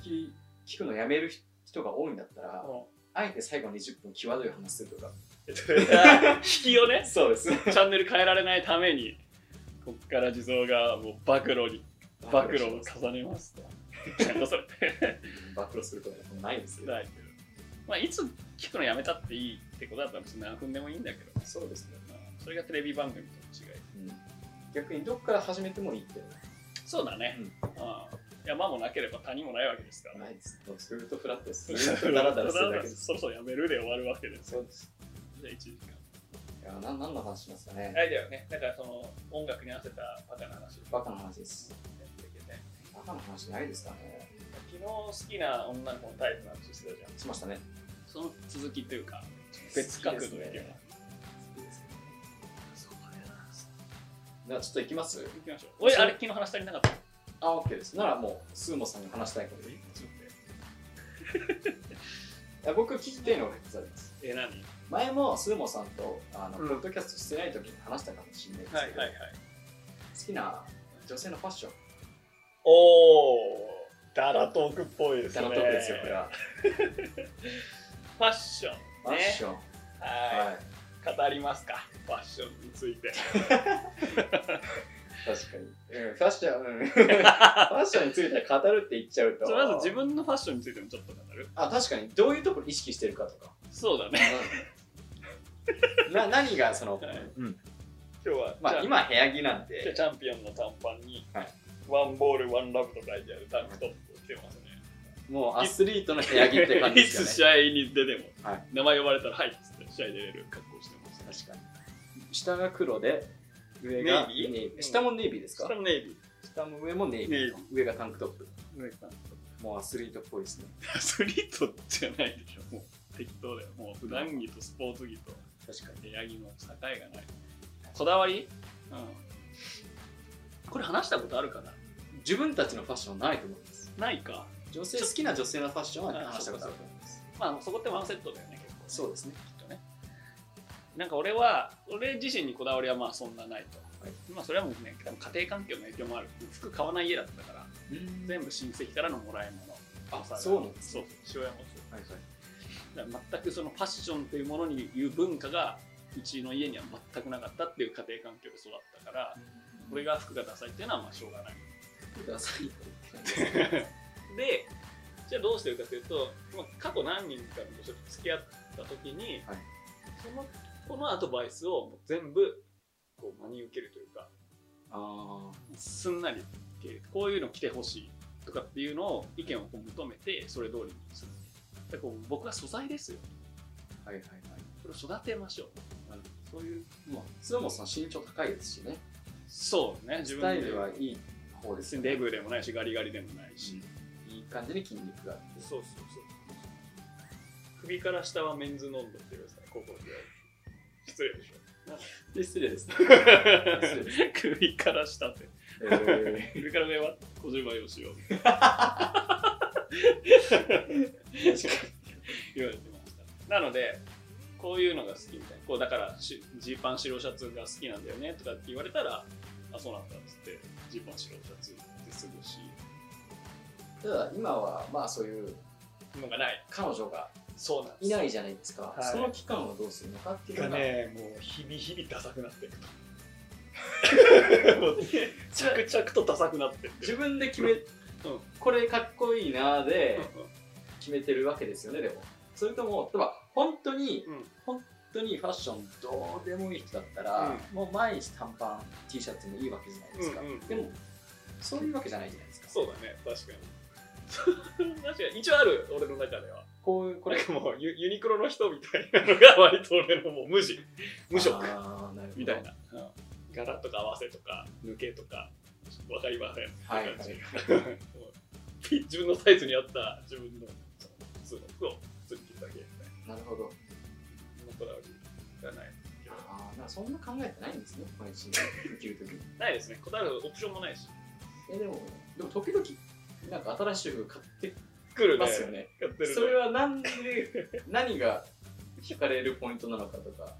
聞き聞くのやめる人が多いんだったら、あえて最後20分際どい話するとか
引きをね
そう です
チャンネル変えられないためにこっから地蔵がもう暴露に暴露を重ねますとなんだそれって
暴露することはもうないですけど
ないけどまあいつ聞くのやめたっていいってことだったら別に何分でもいいんだけど、
そうですね、
まあそれがテレビ番組との違い
うん、逆にどっから始めてもいいって
そうだね、
うん
ああ山もなければ谷もないわけですから
ないですもうずっとフラット ですずっとダラダラするだけです
そろそろやめるで終わるわけです
そ
よ。
うです
じゃあ1時間。
いやな何の話しますかね、
あれだよね。だからその音楽に合わせたバカな話を
バカな話です
やっていけて。
バカな話ないですかね
昨昨日好きな女の子のタイプの話してたじゃん。
しましたね。
その続きというか、別角度でいけば。そうだよな
じゃあちょっと行きます
行きましょう。おい、あれ昨日話足りなかった。
あ、OK です。ならもう、スーモさんに話したいことでいい
ちょっと
いや僕、聞きたいのが一つあります。
え、何
前もスーモさんと、あの、
うん
ポッドキャストしてない時に話したかもしれないですけど、
い。
好きな女性のファッション。
おー、ダラトークっぽいです
ダ
ね。
ラトークですよ、これは。
ファッションね。
ファッション。
は
はい。
い。語りますか。ファッションについて。
確かに。うん、ファッション、 うんファッションについて語るって言っちゃうと。
じゃあまず自分のファッションについてもちょっと語る
あ、確かに。どういうところ意識してるかとか。
そうだね。
な 何がその、
はい
うん
今日は、
ま
じ
あ
ゃ、
今部屋着なん
じゃあ
で
チャンピオンの短パンに、
はい
ワンボール、ワンラブと書いてあるタンクトップを着てますね。
もうアスリートの部屋着って感じですよ
い
ね
つ試合に出ても、
はい
名前呼ばれたら、はいっつって試合出れる格好してます。
確かに下が黒で上が
ネイビーうん
下もネイビーですか
下もネイビ
下も上もネイビーと
ネ
上がタンクトップ
ー。ネイビー
もうアスリートっぽいですね
アスリートじゃないでしょ、もう適当だよ。もう普段着とスポーツ着と
確かに
部屋着の境がない。こだわりうん。これ話したことあるかな
自分たちのファッションはないと思います
ないか。
女性好きな女性のファッションは話したことあると思います
まあそこってワンセットだよね、結構。
そうですね
きっとねなんか俺は俺自身にこだわりはまあそんなないと、
はい
まあそれはもうね多分家庭環境の影響もある服買わない家だったから全部親戚からのもらい物
あ
朝が
そうなんです
そう
ね
父親もそ
はいはいう
だから全くそのファッションというものにいう文化がうちの家には全くなかったっていう家庭環境で育ったから俺が服がダサいっていうのはまあしょうがない
ください
でじゃあどうしてるかというと、まあ、過去何人かとちょっと付き合った時に、
はい
そのこのアドバイスをもう全部こう真に受けるというか
ああ
すんなり受けこういうの着てほしいとかっていうのを意見をこう求めてそれ通りにするだからこう僕は素材ですよ
はいはいはい
これを育てましょうあのそういう
まあスーモさん身長高いですしね
そうね自
スタ
分
イ
で
ルはいい方で
別
すよ
に
ね
デブでもないしガリガリでもないし、
いい感じに筋肉があって
そうそうそう。首から下はメンズノンドって言われてたら、高校時代。失礼でしょ。
失礼です ね
首から下って。
え
首から上は小島よしお。
ー確か
言われてました。なので、こういうのが好きみたいな。こうだから、しジーパン白シャツが好きなんだよねとかって言われたら、あ、そうなんだっつって、ジーパン白シャツってすぐし、
にただ今はまあそういう
のがない。
彼女が
そうなん
いないじゃないですか、
い
その期間をどうするのかっていう
が
のが、
ね、もう日々日々ダサくなっていくと。 もう着々とダサくなってって
自分で決め、これかっこいいなーで決めてるわけですよねでもそれとも例えば本当に
うん
本当にファッションどうでもいい人だったら、もう毎日短パン T シャツもいいわけじゃないですか、
うんうん
でもそういうわけじゃないじゃないですか
そうだね確かに 確かに一応ある俺の中では
こういうこ
こ
れ
れもうユユニクロの人みたいなのが割と俺のもう無地無色
あーなるほど
みたいな、柄とか合わせとか抜けとかわかりません
はい
って感じもうピ自分のサイズに合った自分のその普通の服を普通に着るだけみたい
なるほど
なこだわりがないけど
ああ、なんかそんな考えてないんですね、毎日生きるときに。
ないですねこだわるオプションもないし
え、でも、でも時々、なんか新しい服買って
来る
き
ね
ますよ ね。
やってるね
それは何で、何が惹かれるポイントなのかとか。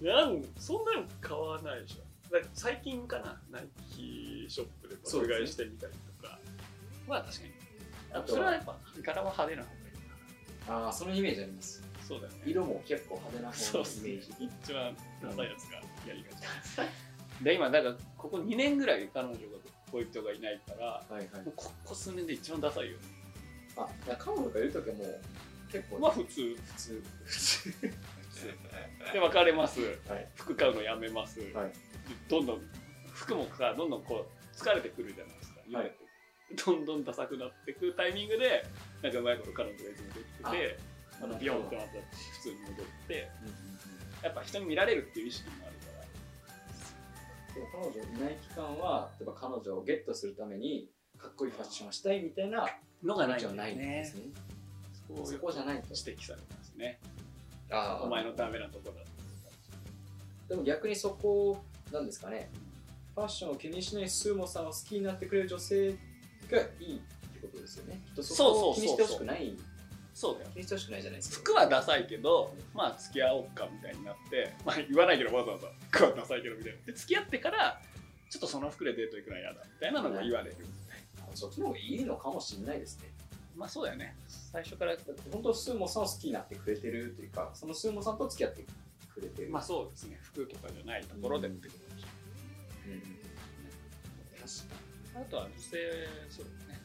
なんそんなの買わないでしょ。だから最近かな、ナイキショップで爆買いしてみたりとか。まあ確かに。
あ
そ
と
れは
は
や、っぱ柄は派手な方がいいか
ああ、そのイメージあります。
な。そうだよね。
色も結構派手な方
そう
のイ
です
メ
ね
ージ。。
一番ダサいやつがやりがち。 で、今、だからここ2年ぐらい彼女が恋人がいないから、
はいはい
も。うここ数年で一番ダサいよ。
あ、いや彼女がいるときはもう、結構、
まあ普通。
普通。普通。
で、別れます。
はい
服買うのやめます。
はい
でどんどん、服もさ、どんどんこう、疲れてくるじゃないですか。
はい
どんどんダサくなってくタイミングで、なんかうまいこと彼女がいつもできてて、あのビヨンって
うん
なったら普通に戻って、
うんうん
やっぱ人に見られるっていう意識もあるから、
でも彼女いない期間は、例えば彼女をゲットするために、かっこいいファッションをしたいみたいな
のがない
じゃ
ん
な
だ
い
よ
んです
ね。
ね。
そこを
そ
よ
こ
く
じゃないと。
指摘されますね。
あー
お前のダメなとこだと。
でも逆にそこをなんですかねファッションを気にしないスーモさんを好きになってくれる女性がいいってことですよねきっとそこを気
そうそうそうそう
にしてほしくない
そうだよ。
気にしてほしくないじゃないですか
服はダサいけど、まあ付き合おうかみたいになって、まあ言わないけどわざわざ服はダサいけどみたいな。で付き合ってから、ちょっとその服でデート行くのは嫌だみたいなのが言われる。
そっちの方がいいのかもしれないですね
まあそうだよね。最初から、
だって本当スーモさんを好きになってくれてるというかそのスーモさんと付き合ってくれてる、
まあそうですね。服とかじゃないところでってことでしょ
うん
確かにあとは女性、そうですね。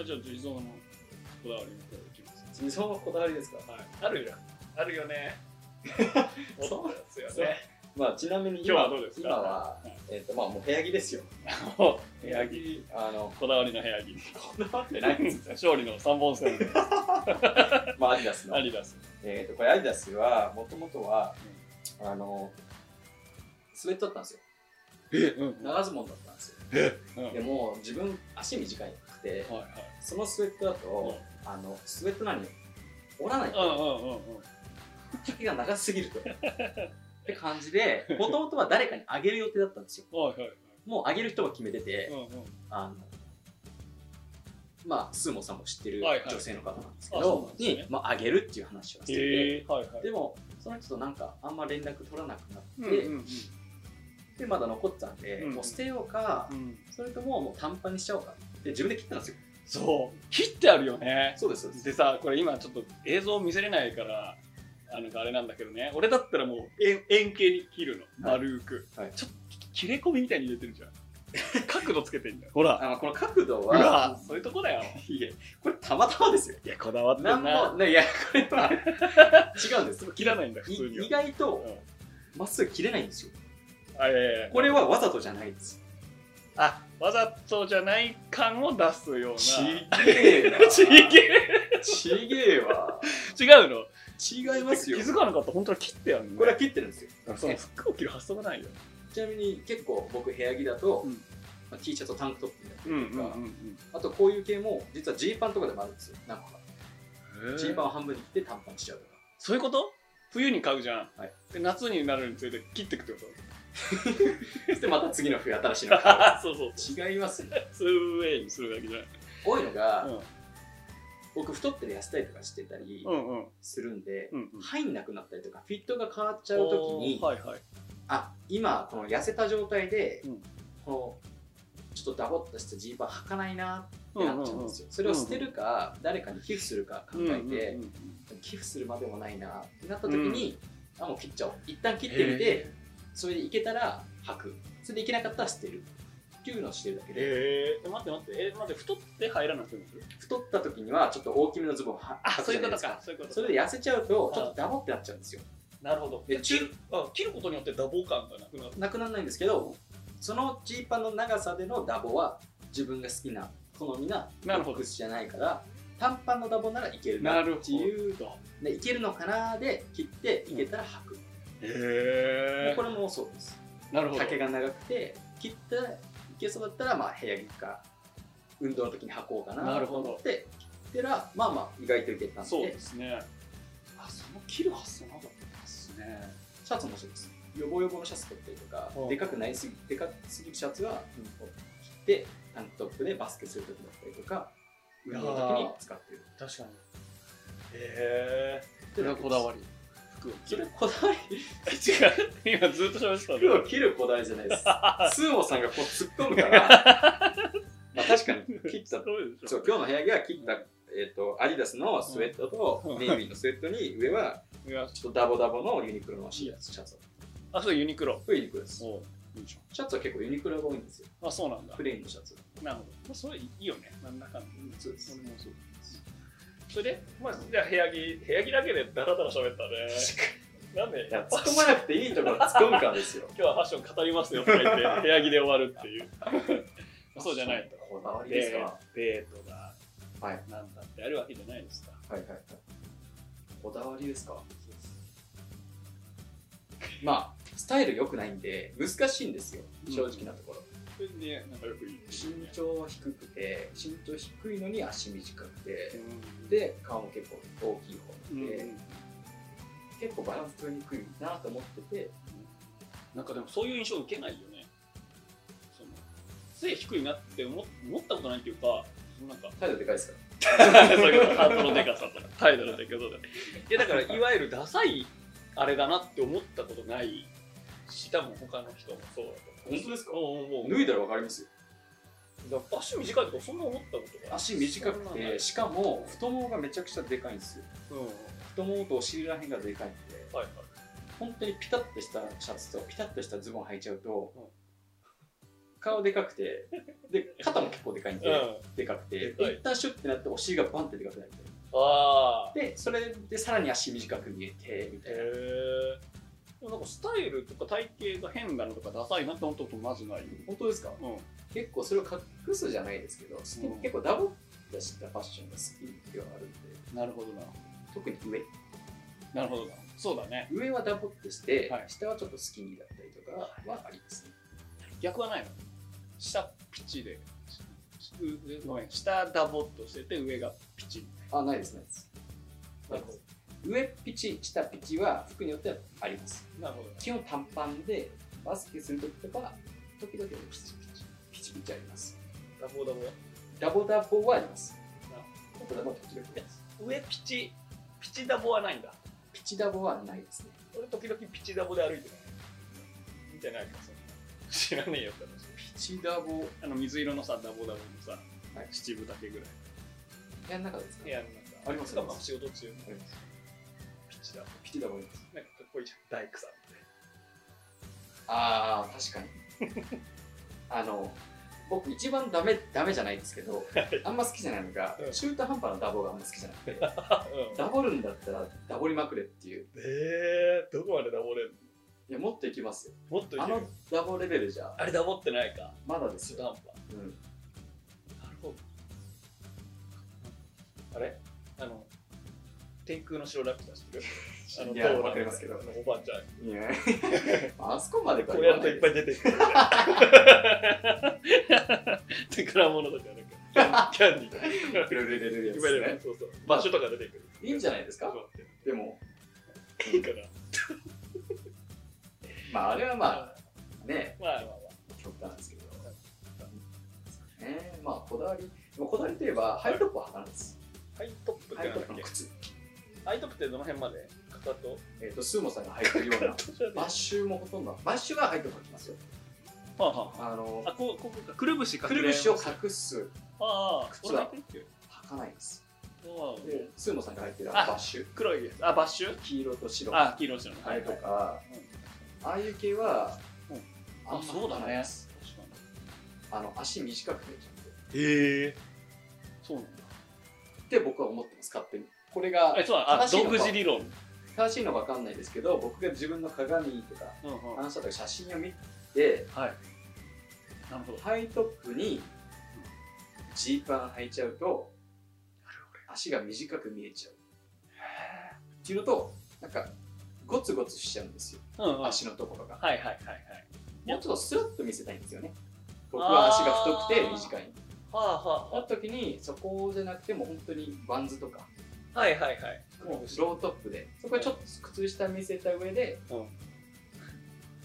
あじゃあ、地蔵のこだわりの方いきます。
自分のこだわりですか
はい、あるよ。あるよ ね。そうですよ
そう
ね。
まあちなみに
今日
今
はどうですか
今は
はい、
えっとまあもう部屋着ですよ
お部屋着、
あの
こだわりの部屋着。
こだわって ないんですよ
勝利の三本線で
まあアディダスの
アリダス。
えー、とこれアディダスはもともとは、あのスウェットだったんですよ
え、うん、うん、は
長ズボンだったんですよでも自分足短くて
いはい。
そのスウェットだと、あのスウェットなのに折らない
うんうんうんうん。
丈が長すぎ るとって感じでもともとは誰かにあげる予定だったんですよ
はいはい。
もうあげる人も決めてて、
うんうん。
あのまあスーモさんも知ってる
はいはい
女性の方なんですけ
あそう
ど、
なんですね
に、まあ、あげるっていう話をしてて、
えー、はいはい。
でもその人となんかあんま連絡取らなくなって、
うんうん
でまだ残ってたんで、
うん
もう捨てようか、
うんうん。
それとももう短パンにしちゃおうかって自分で切ったんですよ
そう、切ってあるよね。
そうですそう
でさこれ今ちょっと映像見せれないからあのあれなんだけどね俺だったらもう円円形に切るの
はい
丸く、
はい
ちょっと切れ込みみたいに入れてるじゃん角度つけてんだよほら
あのこの角度
う
は
わそういうとこだよ
いやこれたまたまですよ
いやこだわってん
な
なん
もねいやこれ は違うんです
切らないんだ普通にはい
意外と
うん
まっすぐ切れないんですよ
あいやいやいや
これはわざとじゃないです
あわざとじゃない感を出すような
ちげえな
ちげえ
ちげえわ
違うの
違いますよ
気づかなかった本当は切ってあるの
これは切ってるんですよ
そう服を着る発想がないよ
ちなみに結構僕部屋着だと、
うん
まあ、T シャツとタンクトップになって
うん
るとか、あとこういう系も実はジーパンとかでもあるんですよなんか
うん
ジーパンを半分に切って短パンにしちゃうとか
そういうこと冬に買うじゃん、
はい
で夏になるにつれて切ってくって こと
でまた次の冬新しいの
そうそう
違いますよ
ツーウェイにするだけじゃない
多いのが、
うん
僕太ってる痩せたりとかしてたり
うんうん
するんで、
うんうん
入んなくなったりとかフィットが変わっちゃうときに、
はいはい
あ今この痩せた状態で、
うん
このちょっとダボっとしたジーパン履かないなっ
う
て
ん
なっちゃうんですよ、それを捨てるか、誰かに寄付するか考
うんうん
えて、
うんうん
寄付するまでもないなってなったときに、あもう切っちゃおう一旦切ってみて
へ
それでいけたら履くそれでいけなかったら捨てるっていうのをしてるだけで、
えー、え待って待ってえ待って太って入らなくてもする
太った時にはちょっと大きめのズボンをは履くじゃないです
そういうこ
それで痩せちゃうとちょっとダボってなっちゃうんですよ
なるほど
で
切るあ切ることによって打棒感がなくなる
なくならないんですけどそのジーパンの長さでのダボは自分が好きな好みな
なるほど
靴じゃないから短パンのダボならいけるなっていう
ど
でいけるのかなで切っていけたら履く、で
へえ
これもそうです
なるほど
丈が長くて切ったらいけそうだったらまあ部屋着か運動の時に履こうか
な
な
る
と
ほど
思って切ったらまあまあ意外といけたんで
そうですねあその切る発想なかったですね
シャツもそうですヨボヨボのシャツ取ったりとか
うん
でかくないすぎでかすぎるシャツは切ってタンクトップでバスケする時だったりとか運動の時に使ってる
確かにへえ
そり
り服を
それこだわり
違う今ずっと喋ってたんだ
服を切るこだわりじ ゃないですスーモさんがこう突っ込むからまあ確かに切ったそう今日の部屋着は切った、えー、とアディダスのスウェット
う
と
ん
ネイビーのスウェットに上は
日いや
ちょっとダボダボのユニクロのシーツシャツ
あそうユニクロ
これユニクロです
おいいじ
シャツは結構ユニクロが多いんですよ
ゃんあそうなんだ
プレインのシャツ
なるほど、まあ、それいいよねなんだかんだ
そうです
俺もそうそれでまあじゃあ部屋着部屋着だけでダラダラ喋ったねなんで
いや突っ込まなくていいところ突っ込むからですよ
今日はファッション語りますよとか言って部屋着で終わるって いうそうじゃないと
こだわりですか
デートが
はい
なんだってあるわけじゃないですか
はいはいはいこだわりですかまあスタイル良くないんで難しいんですよ
うん
正直なところ、
それで、なんかよく言ってる
身
ね
長は低くて身長低いのに足短くて
うん
で顔も結構大きい方
うん
で、
うん
結構バランス取りにくいなと思ってて
なんかでもそういう印象受けないよね。その背低いなって思思ったことないっていうか、そのなん か、
態度でかいですか
そういうことハートのデカさとか、態度のデカさとか。いやだから、いわゆるダサいあれだなって思ったことないし、多分他の人もそうだと思う。
本当ですか
もう
脱いだら分かりますよ
だから足短いとかそんな思ったことが
足短く
そんなない
てしかも太ももがめちゃくちゃでかいんですよ
うんはい
太ももとお尻らへんがでかいんで
はい
本当にピタッとしたシャツとピタッとしたズボン履いちゃうと、顔でかくてで肩も結構でかいんで、
うん
でかくて、
でかい
で一旦シュッてなってお尻がバンってでかくなるみたい
ああ
なでそれでさらに足短く見えてみたいな、
へえなんかスタイルとか体型が変なのとかダサいなって思ったことマジないよ、
本当ですか
うん、
結構それを隠すじゃないですけど、
ん
結構ダボっとしたファッションが好きではあるんで
なるほどな
特に上
なるほどなそうだね
上はダボっとして、
はい
下はちょっとスキニーだったりとかはありますね
逆はないの下ピチでうごめん下ダボっとしてて上がピチ
あないですないです
なるほど
上ピチ下ピチは服によってはあります
なるほど
基本短パンでバスケするときとか時々ピチピチピチピチあります
ダボダボ
ダボダボはあります
な
ダボダボは時々あります
上ピチピチダボはないんだ
ピチダボはないですね
俺時々ピチダボで歩いてる見てないかそんな知らねえよって話
ピチダボ部
あの水色のさダボダボのさ、
はい
七分丈ぐらい
屋の中ですか
部屋の中
あります
かまあ仕事中
あります
ピチダボ
ピチダボあります
なんかかっこいいじゃん大工さんって
ああ確かに あの僕一番ダメダメじゃないですけどあんま好きじゃないのが、
うん
中途半端なダボがあんま好きじゃなくて
あ
ダボるんだったらダボりまくれっていう
うんえー、どこまでダボれる
いやもっといきますよ
のもっとい
あ
ける
のダボレベルじゃ
あれダボってないか
まだです
ス
よ、
タン
うん、
なるほどあれあの天空の城ラピュタ知 ってるあの
いや
どうなの
わかりますけど
あのおばあちゃん
いや あそこまでか
こうやるといっぱ
い
い出て くる。宝物とかなんか、キャンディーとか、
くれるやつ
い
で
わ
す
ゆる
ね
そうそう場所とか出てくる。
いいんじゃないですかでも
いいかな。
まああれはまあね
まあまあま
極端ですけど、ね、まあこだわりでもこだわりといえばハイトップはなんです
あ。ハイトップっ
ハ
て
イ
なん
ト
だ
ップ
っ
の
け
靴
ハイトップってどの辺までかかと
えっ、と、スーモさんが履いてるよう な、バッシュもほとんど、バッシュは履いておきますよ。
はあはあ。
あの
あ、、こう、こうか。くるぶしか
くるぶしを隠す、
ああ、
靴は
これ履いてる
履かないです。
ああ
で、スーモさんが履いてる
あ
バッシュ、
黒いやつ。あ、バッシュ
黄色と白、あ
あ、黄色い白の。
れとか、ああいう系は
うん、
あんま履かないです。
確か
あの、足短くていいじゃんっ
に。へえ。そうなんだ。
て僕は思ってます、勝手に。これが
あ、そうだ。あ、
正しいの
独
か
自理論。
正しいのかわかんないですけど、僕が自分の鏡とか、
うんうん。
反射とか写真を見て、
はい。なるほど。
ハイトップにジーパン履いちゃうと足が短く見えちゃうっていうのとなんかゴツゴツしちゃうんですよ
うんうん、はい
足のところが
はいはいはい。
もうちょっとスラッと見せたいんですよね僕は足が太くて短い
はあは
なった時にそこじゃなくても本当にバンズとか
あ。はいはいはい。
もうロートップでそこでちょっと靴下見せた上で
うん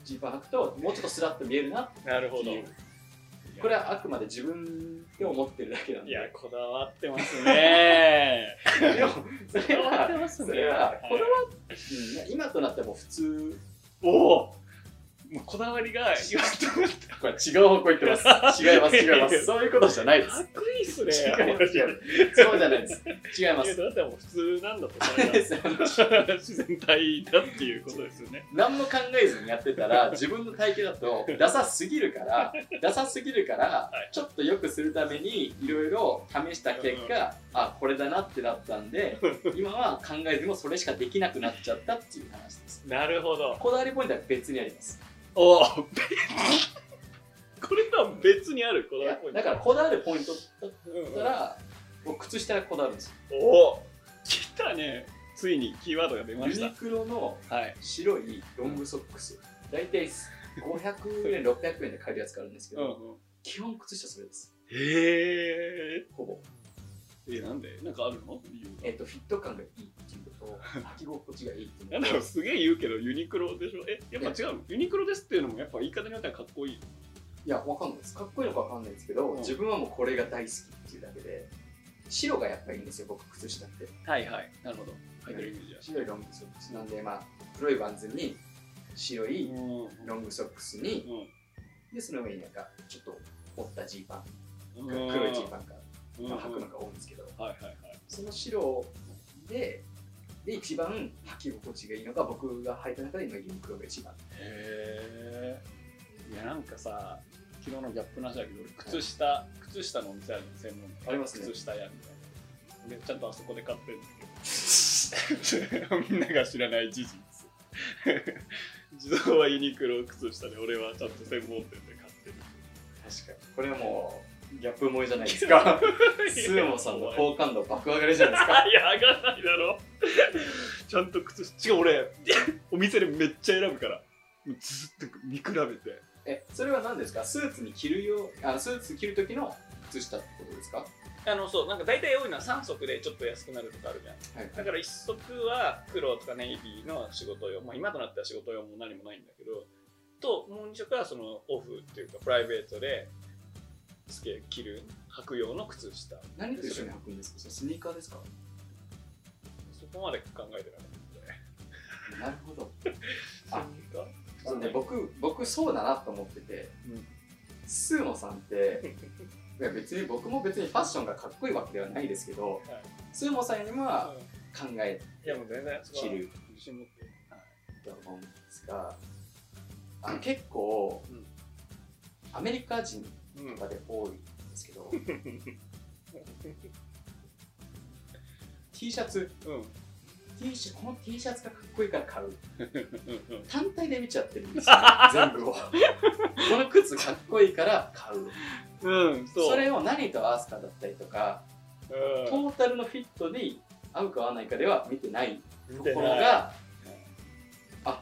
ジーパン履くともうちょっとスラッと見えるな
なるほど。
いいよこれはあくまで自分で思ってるだけなん
い
で
や、こだわってます ね。
でもそれは
てます
それはこだわ
い
うん今となっても普通
おおもうこだわりが、いや
これ違う方向行ってます 違います違いますそういうことじゃないです
かっこいいっすね。
違います
い
違
や
いますそうじゃないです違いま
いや
す
だってもう普通なんだとそれ
です
が自然体だっていうことですよね。
何も考えずにやってたら自分の体型だとダサすぎるからダサすぎるから
はい
ちょっと良くするためにいろいろ試した結果あこれだなってなったんで今は考えずもそれしかできなくなっちゃったっていう話です
なるほど。
こだわりポイントは別にあります
おお これとは別にあるこだ
い
わ
や
りポイント
だからこだわるポイントだっ
うんうん
たら僕靴下がこだわるんですよ
おお来たねついにキーワードが出ま
ユ
し
ニクロの
たはい
白いロングソックス大体500円、600円で買えるやつがあるんですけ
う
ど、
んうん。
基本靴下それです。
へえ。
ほぼ。
え、なんでなんかあるの理由
えっと、フィット感がいいっていうのと、履き心地がいいっていう
が。な
の
んだ
と
ろう、すげえ言うけど、ユニクロでしょえ、やっぱ違うのユニクロですっていうのも、やっぱ言い方によってはかっこいい。
いや、わかんないです。かっこいいのかわかんないですけど、
うん
自分はもうこれが大好きっていうだけで、白がやっぱいいんですよ、僕、靴下って。
はいはい。なるほど。アイドルイメージやし。
白いロングソックスなんで、まあ、黒いバンズに、白
う
い
ん。
ロングソックスに、で、その上になんか、ちょっと折ったジーパ
う
ン、
ん。
黒いジーパンが、
うん。
まあ、履くのが多いんですけど、
はいはいはい。
その白で、で、一番履き心地がいいのが、僕が履いた中で今、ユニクロが一番。
へえ。いや、なんかさ、昨日のギャップなしだけど、俺靴下、靴下のお店あるの、専門店。
ありますね
靴下屋みたいな。俺ちゃんとあそこで買ってるんだけど。 みんなが知らない事 実。自動はユニクロ靴下で、俺はちゃんと専門店で買ってる。
確かに。これはもう、ギャップ萌えじゃないですか。スーモさんの好感度爆上がりじゃないですか。
いや、上がらないだろ。ちゃんと靴下、違う、俺、お店でめっちゃ選ぶから。もうずっと見比べて。
え、それは何ですかスーツに着るよう、あスーツ着る時の靴下ってことですかは
あの、そう、なんか大体多いのは3足でちょっと安くなるとかあるじゃん。
い
だから一足は黒とかネイビーの仕事用、まあ、今となっては仕事用も何もないんだけど、ともう二足はそのオフっていうかプライベートでつけ着る履く用の靴下。
何と一緒に履くんですかそれスニーカーですか
そこまで考えてなかっ
なるほど。
た
あ
んで。
あのね、
僕
僕、僕そうだなと思ってて、
うん
スーモさんって、いや別に僕も別にファッションがかっこいいわけではないですけど、
はい
スーモさんよりもは
は、
考え
いやもう全然そこ
知
は
る
自信持って。
たと思うんですが、あの結構、
うん
アメリカ人
うん
とかで多いんですけど、T シャツ、
うん。
T シャこの T シャツがかっこいいから買う。
うんうん
単体で見ちゃってるんですよ、全部を。この靴かっこいいから買う。
うん、そう。
それを何と合わすかだったりとか、ト
うん、
ータルのフィットに合うか合わないかでは見てないと
見
こ
て
ろ
ない
が、あ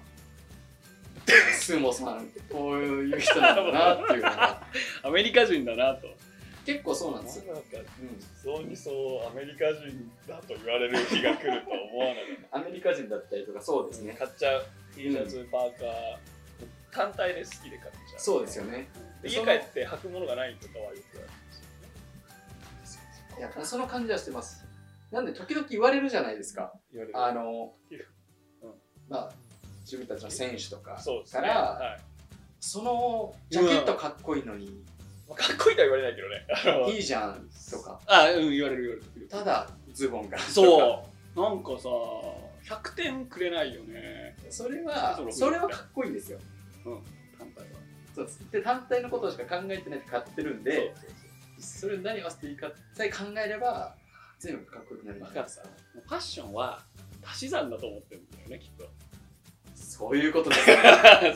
スーモさんってこういう人なんだなっていうのが、
アメリカ人だなと。
結構そうなんですよ。
なんか
うん
そうにそうアメリカ人だと言われる日が来るとは思わなかっ
アメリカ人だったりとかそうで
た
すね、
買っちゃう T シャツ、パーカー単体で好きで買っちゃう
そうですよね
で家帰って履くものがないとかはよくある
いやその感じはしてますなんで時々言われるじゃないですか
言われる
あの、
うん
まあ自分たちの選手とか
そうです
か
ね、
ら
は
そのジャケットかっこいいのに
いまあ、かっこいいとは言われないけどねあの
いいじゃんとか
あうん言われる言われる
ただズボンがとか
そうなんかさ100点くれないよね
それは
そう
それはかっこいいんですよ
単体は
そうですで単体のことしか考えてないで買ってるんで
そうそうそう
それ何合わせていいかさえ考えれば全部かっこよくなるんじゃないですか
もうファッションは足し算だと思ってるんだよねきっと
そういう ことです ね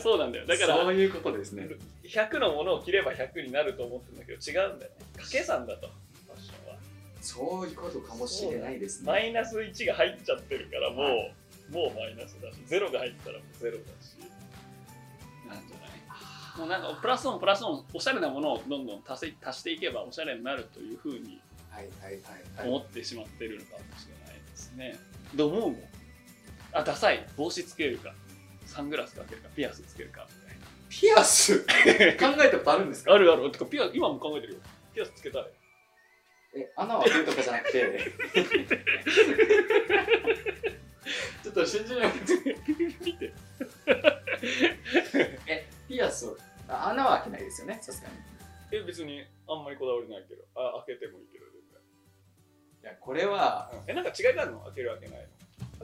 そうなんだよだから
そういうことですね
100のものを着れば100になると思ってるんだけど違うんだよね掛け算だとファッションは
そういうことかもしれないです
マ
ね。
イナス1が入っちゃってるからもう、
は
もうマイナスだしゼロが入ったらもうゼロだしなんじゃないもうなんかプラスオンプラスオンおしゃれなものをどんどん足せ足していけばおしゃれになるというふうに
はいはいはい、は
思
い。
ってしまってるのかもしれないですね。どう思うもんあダサい帽子つけるかサングラスかけるかピアスつけるかみたいな。
ピア ス考えたことあるんですか
あるある。てか、ピア今も考えてるよ。ピアスつけたい。
え、穴を開けるとかじゃなくて。 ちょっと信じられない。
見て。
え、ピアスを、あ穴は開けないですよね、さすがに。い
え、別にあんまりこだわりないけど。あ、開けてもいいけど、
や、これは、
全然。え、なんか違いがあるの開ける開けないの。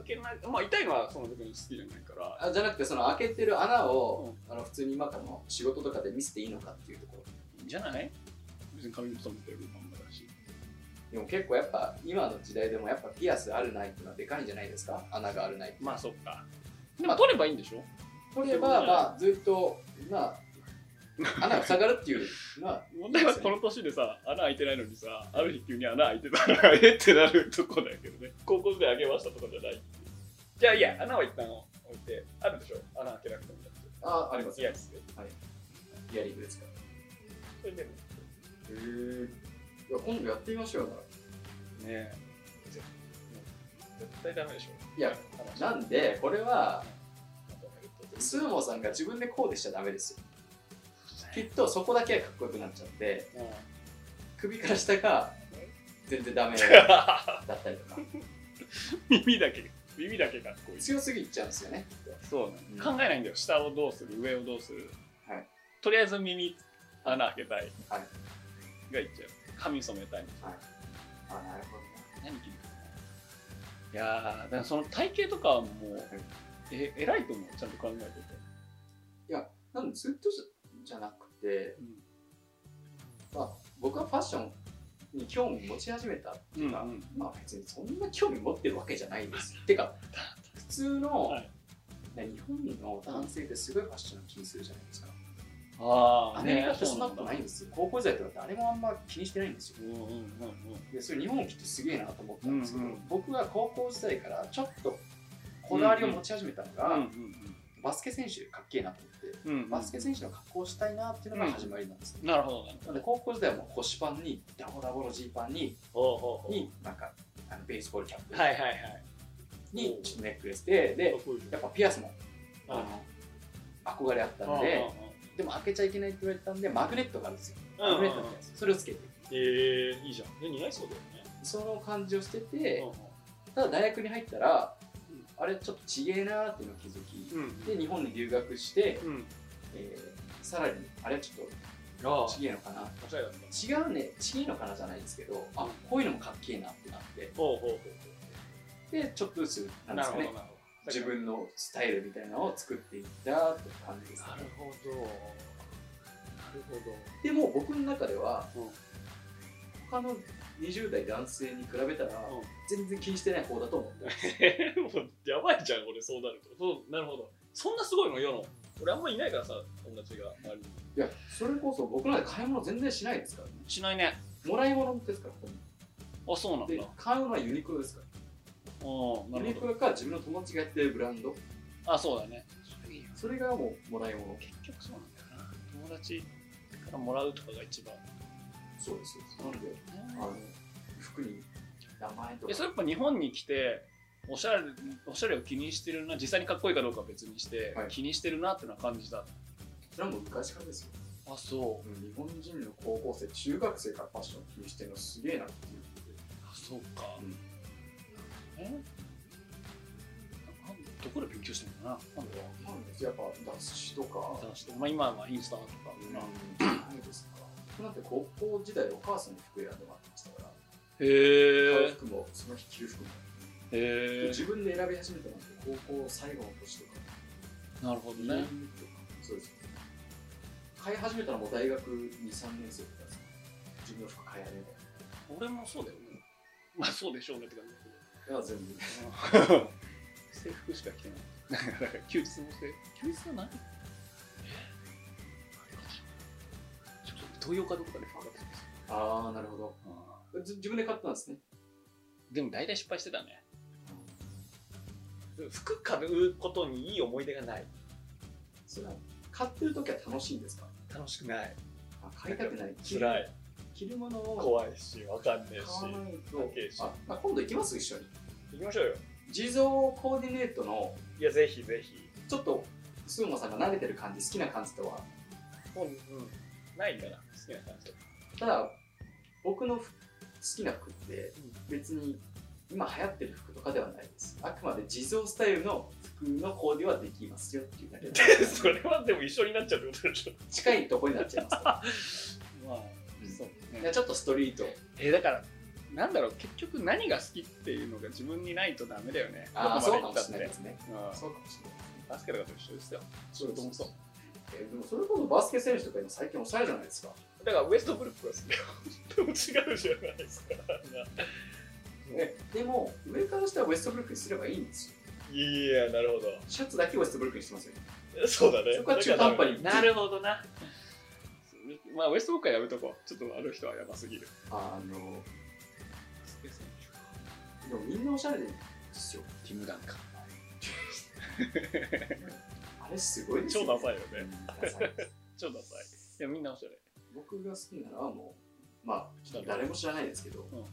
開けない。まあ、痛いのはその別に好きじゃないから。
あじゃなくて、その開けてる穴を、あの普通に今からの仕事とかで見せていいのかっていうところ。
いいんじゃない別に髪も染めてるまんまだし。
でも結構やっぱ、今の時代でもやっぱピアスあるないっていうのはでかいんじゃないですか穴があるないって。
まあ、そっか。でも、取ればいいんでしょ
取れば、まあ、ずっと、まあ、穴が塞がるっていうのは、
問題はこの年でさ、穴開いてないのにさ、ある日急に穴開いてたら、 えってなるとこだけどね。高校で開けましたとかじゃないっていうじゃあいいや、穴は一旦置いて、あるでしょ穴開けなくてもいいやつ。
あ、あります
イヤリング
イヤリングですか。
それでも
へえ。いや、今度やってみましょうよ
ねえ絶絶対ダメでしょ
いや
話
な。なんで、これは、
なんか言っとく
スーモさんが自分でこうでしちゃダメですよ。きっとそこだけはかっこよくなっちゃって、
うん
首から下が全然ダメだったりとか、
耳だけ耳だけかっこいい
強すぎちゃうんですよね。
そうね、
うん
考えないんだよ下をどうする上をどうする、
はい
とりあえず耳穴開けたい、、
はい
がいっちゃう髪染めたい
あ、なるほどね。
何着るかないやーだからその体型とかはもう、え偉いと思うちゃんと考えてて、
なんでずっとじゃなくて、まあ、僕はファッションに興味持ち始めたっていうか、
うんうん
まあ別にそんな興味持ってるわけじゃないんですよ。てか、普通の、
はい
ね日本の男性ってすごいファッション気にするじゃないですか。
ああ
アメリカってそんなこ
こと
と
な
ないいんですよ。高校時代とかって誰もあんま気にしてないんですよ。
うんうんうん
でそれ日本来てすげえなと思ったんですけど、
うんうん
僕は高校時代からちょっとこだわりを持ち始めたのが、
うん
バスケ選手かっけえなと思って、
うんうん
バスケ選手の格好をしたいなっていうのが始まりなんですね。
なるほどなる
なんで高校時代はもう腰パンにダボダボのジーパンに
ほどほうほうほう
になんかあのベースボールキャップ
はいはいはい
にちょっとネックレスでで
かっこいいじゃん
やっぱピアスもあ
うん
の憧れあったんででも開けちゃいけないって言われたんでマグネットがあるんですよ
うんうん
マ
うん
グネットのやつそれをつけて
ええいいじゃん。ね、似合いそうだよね。
その感じをしてて
う
ただ大学に入ったら
うん
あれちょっとちげえなーっていうのを気づき
ん。
で日本に留学して
うん。
えーさらにあれちょっ
ああ
とちげえのかな
おしゃれだった。
違うねちげえのかなじゃないんですけどあこういうのもかっけえなってなって
ほうほうほ
でちょっとずつなんですかね
なる
自分のスタイルみたいなのを作っていったって感じですね
なるほど。なるほど。
でも僕の中では、
うん
他の20代男性に比べたら、
うん
全然気にしてない方だと思ってます
え もうやばいじゃん、俺、そうなると。そう、なるほど。そんなすごいの、世の。俺、あんまいないからさ、友達が。周りに
いやそれこそ僕なんて買い物全然しないですからね
しないね。
もらい物ですからほ
あ、そうなん
とんどで
だ。
買うのはユニクロですから
うん、な
ユ
る
ニ
ほ
ク
ど。
ロか自分の友達がやってるブランド
あ、そうだね。
それがもうもらい物
結局そうなんだよな。友達からもらうとかが一番。
そうですそうですなんであの服に名前と
えそ
か
れやっぱ日本に来ておしゃれおしゃれを気にしてるな実際にかっこいいかどうかは別にして、
はい
気にしてるなってのは感じた
それはもう昔からですよ
あそ
うん日本人の高校生中学生からファッション気にしてるのすげえなっていう
うあそうか、
うん
えななんどこで勉強してるのかななんだろ
なんですやっぱ雑誌とか
う私まあ、今はインスタとか、まあ
何ですか僕なんて高校時代お母さんに服選んでもらってましたから
へ
買う
え
服もその日着る服もで
へえ
自分で選び始めたのって高校最後の年とか
なるほど
2年
ね
目とかそうです買い始めたのも大学23年生とかです自分の服買い始めた
俺もそうだよねまあそうでしょうねって感じだけど
いや全部
制服しか着てない。だから休日も制服。休日はないちょっと東洋かどこかで服買ってま
ああなるほど
す。
ず自分で買ったんですね
でも大体失敗してたね。服買うことにいい思い出がない。
それは買ってる時は楽しいんですか
楽しくない。
あ買いたくない着る
辛い。
着るものを
怖いし、わかんねえ
買
し。
わない
高いし
とあまあ今度行きます一緒に
行きましょうよ。
地蔵コーディネートの
いや、ぜひぜひ。
ちょっとスーモさんが慣れてる感じ好きな感じとは
もう、うん。ないんだな、好きな感じ。
ただ僕の服好きな服って別に今流行ってる服とかではないですあくまで地蔵スタイルの服のコーディはできますよっていう だけで
それはでも一緒になっちゃうってことでしょ。
近いとこになっちゃいますか
まあ、
そうらいやちょっとストリート
えーだからなんだろう結局何が好きっていうのが自分にないとダメだよね
ああそうか
行
もしれないですね
うん
そうかもしれない
バスケとかと一緒ですよ仕事もそう
えーでもそれこそバスケ選手とか今最近おしゃれじゃないですか
だからウエストブルックは好きよでも違うじゃないですか
えでも上から下はウエストブルックにすればいいんですよ
いやなるほど
シャツだけウエストブルックにしてますよ
そうだね
そこは中途半端に
なるほどなまあウエストブルックはやめとこうちょっとあの人はやばすぎる
あのでもみんなおしゃれですよ
ティム・ダンか
ああれすごいです
超
よ
ダサいよね。
うんダサい
超ダサい。いや、みんなおしゃれ。
僕が好きなのはもう、まあ、誰も知らないですけど、
うん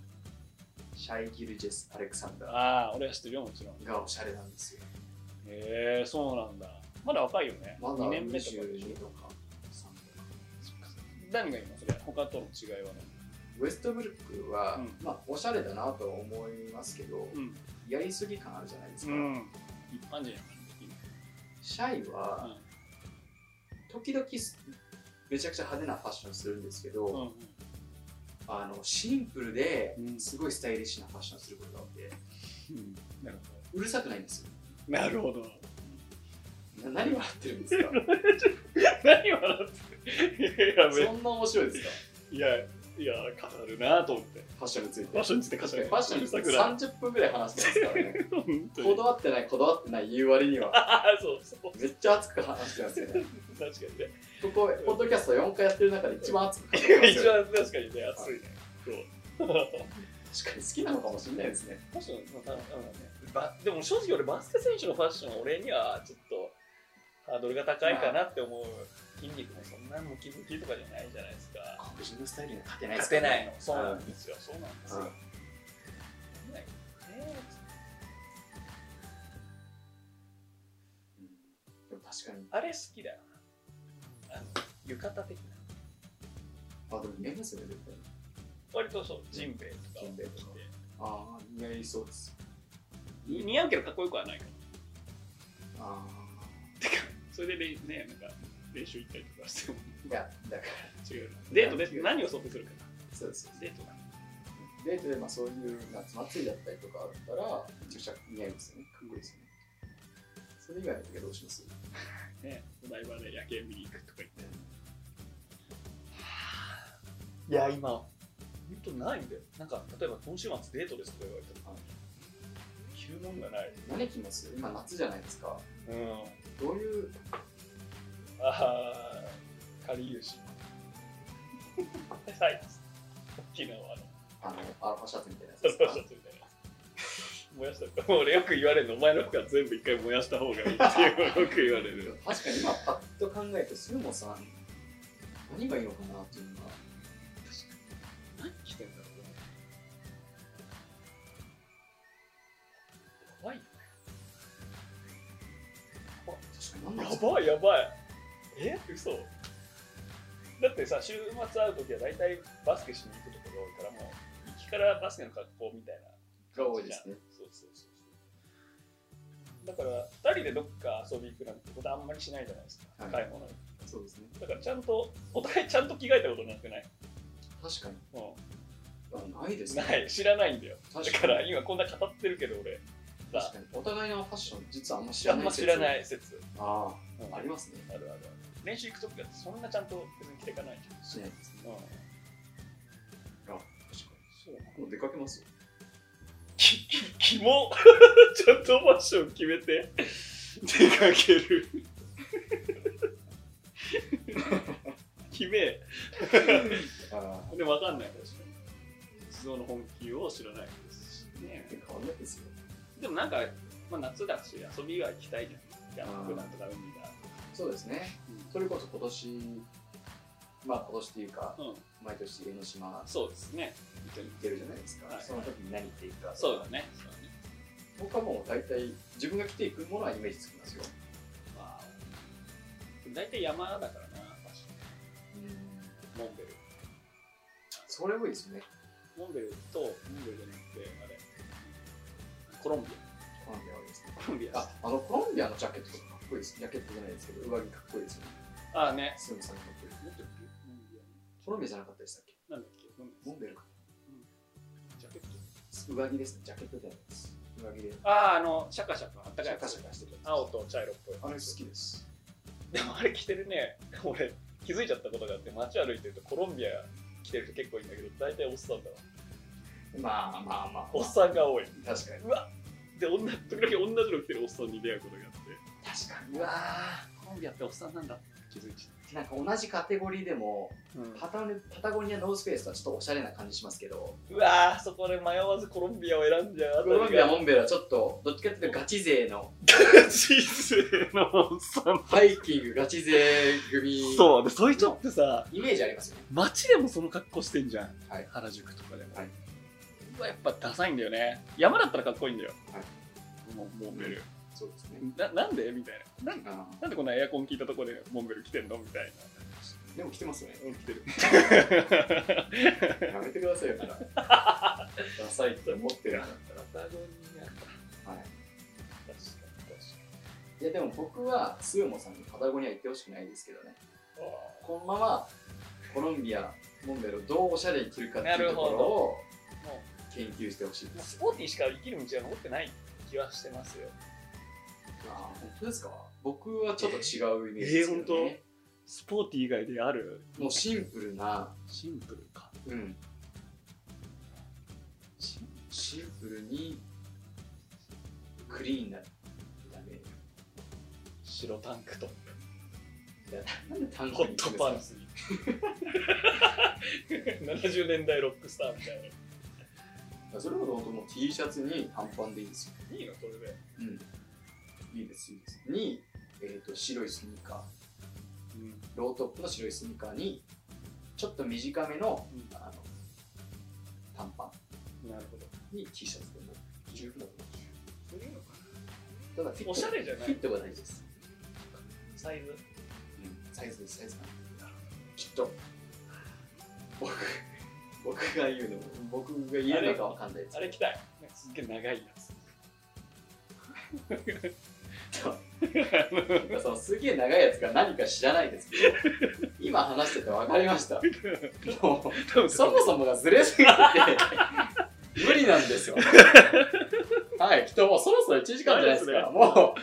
シャイギル・ジェス・アレクサンダ
ああ、俺は知ってるよ、もちろん。
ーがおしゃれなんですよ。
へえー、そうなんだ。まだ若いよね。
まだ
2年目とかでし
22
ょ。
とか3とか。
何がいいのそれ。他との違いはね。
ウェストブルックは、
うん
まあ、おしゃれだなとは思いますけど、
うん。
やりすぎ感あるじゃないですか。
うん。一般人やからね
シャイ
う
は、
ん
時々すめちゃくちゃ派手なファッションするんですけど、
うん
あのシンプルで
うん
すごいスタイリッシュなファッションすることが多くて、
うん。なるほ
うるさくないんですよ。
ど。なるほど。
な何笑ってるん ですか
何笑ってるいや
そんな面白いですか
め、いや、いや、語るなと思って。
ファッションについ
フ
て。
ァッションについて語
確か
る。
にファッションについて30分ぐらい話してますからね
本当
こ
に
だ。わってないこだわってない言う割には
ああ、そうそう。
めっちゃ熱く話してますよね
確かにね。
ここポッドキャスト4回やってる中で一番熱く語っ
一
てますよ
番確かにね、熱いね。そう。
確かに好きなのかもしれないですね
ファッションの、まああのねばでも正直俺バスケ選手のファッションは俺にはちょっとハードルが高いかなって思う筋肉もそんなムキムキとかじゃないじゃないですか
黒人のスタイルには勝てないです
勝て
からね
ないのそうなんですよそうなんですよ
うん
勝てないよね
うんでも確かに
あれ好きだよなあの浴衣的な
あでも似合いますよね絶対
割とそうジンベエとか
ジンベエとか
着
ああ似合いそうです
て似合うけどかっこよくはないから
あ
それでねなんか練習行ったりとかしても
あいやだから
違うなデートで何を想定するか
そうですよ
なデートが
デートでまあそういう夏祭りだったりとかあったらめちゃくちゃ似合いますよねかっこいいですよねそれ以外の時はどうします
ねお台場で夜景見に行くとか言っていや、今、本当ないんだよ。なんか、例えば今週末デートですとか言われたら、着るもんがない。
何着ます今夏じゃないですか
うん。
どういう
ああ、仮融資。 はい。沖縄の。
あのアロハシャツみたいなやつ
そ
で
う そうそう
すか
みたいな。燃やした。俺よく言われるの、お前の服は全部一回燃やした方がいいっていうのをよく言われる。
確かに今パッと考えてスーモさん何がいいのかなっていうのは
何着てんだろうね。怖いよね。
確かに何な
や
んですか
ばいやばいえ嘘だってさ週末会う時は大体バスケしに行くところが多いからもう行きからバスケの格好みたいな
が多いですね
そうそうそうそうだから2人でどっか遊び行くなんてことあんまりしないじゃないですか、
はい
買い物に
そうですね
だからちゃんとお互いちゃんと着替えたことなんてない、
確かに
う
あないで
ん、
すね
ない知らないんだよだ
確
か
からに
今こんな語ってるけど俺
確
さ
かにお互いのファッション実はあんま知
あ
ら
ん
ない
ま知らないい説、
あ
うん
あありますね
あるあるある練習行く時だってそんなちゃんと別に着ていかないじゃん
しないですね
うん
あ確か
そう
にもう出かけますよ
き、き、きも、 ちゃんとファッション決めて、出かける。決め、
ああ
でもわかんない、確かに。鉄道の本気を知らないですしね。
変わんないですよ
でもなんか、まあ、夏だし、遊びは行きたいじゃん。キャンプなんとか海だ。
そうですねそれこそ今年まあ今年というか
うん、
毎年江ノ島行
そうですね。
ってるじゃないですか、
はい
その時に何っていうか
そうだね。そうだね
僕はもう大体自分が着ていくものはイメージつきますよ
まあ、大体山だからな、ファッションモンベル。
それ多いですね
モンベルと、モンベルじゃなくて、あれ、コロンビ
コロンビア多いですね
ア。コロンビア。
ああのコロンビアのジャケットとかかっこいいですジャケットじゃないですけど上着かっこいいですよね
あね。
スムさんかっこいい
もっと言ってよモンベル
コロンビアじゃなかったでしたっけ
なんだっけモンベ
モンベルか
ルジャケット
上着ですねジャケットじゃないです上着で
ああ、あの、シャカシャカ、あったかい
シ
や
ャ
つ
カシャカしてるやつ
青と茶色っぽい。
あれ好きです
でもあれ着てるね、俺、気づいちゃったことがあって、街歩いてるとコロンビア着てる人結構いいんだけど、大体おっさんだわ。
まあまあまあ、まあ、
おっさんが多い。
確かに
うわで、女時々同じの着てるおっさんに出会うことがあって、
確かにうわー
コロンビアっておっさんなんだって気づいちゃっ
なんか同じカテゴリーでも
た、
パタパタゴニアノースフェイスとはちょっとおしゃれな感じしますけど
うわーそこで迷わずコロンビアを選んじゃうあた
コ
りが
ロンビアモンベルはちょっとどっちかっていうとガチ勢の
人生のおっさん
ハイキングガチ勢組
そうでそういう人ってさ
イメージありますよね
街でもその格好してんじゃん、
はい
原宿とかでも、
はいう
わやっぱダサいんだよね山だったらかっこいいんだよ、
は
もうモンベル、
そうですね
ななんでみたいななん
あ
なんでこんなエアコン効いたとこでモンベル来てんのみたい
ーでも来てますよね
なうん来 てる
やめてくださいよ まだダサいって思ってるんだったら
パタゴニア確かに確
はい
か
いやでも僕はスーモさんにパタゴニア行ってほしくないですけどね
にあ
このままコロンビアモンベルをどうおしゃれに着るかっていうところを
ーも
研究してほしいで
うもう
す
スポーティーしか生きる道は残ってない気はしてますよ
あー本当ですか僕はちょっと違うイメージ
えー
ですけど、ね
スポーティー以外である
もうシンプルな、
シンプルか
うん、
シン
シンプルにクリーンなダメ
白タンクトップ
なんで単
ホットパンツに70年代ロックスターみたい
それこそ本当もう T シャツに短パンでいいですよ
ないいのそれで
うんいいですいいですに、えー、と白いスニーカー
うん
ロートップの白いスニーカーにちょっと短めの,、あの短パ
なるほど
ンに T シャツでも十分だと思うんですよ
そういうのか
ただフィット
おしゃれじゃない
フィットが大事です、
サイズ
サイズですサイズがきっと僕僕が言うのも僕が言えるのかわかんないです
あれ着たいなんかすっげえ長いやつ
なんかそのすげえ長いやつが何か知らないですけど今話してて分かりましたもう
多分
そもそもがずれすぎて無理なんですよ。はい、きっともうそろそろ1時間じゃないですか。も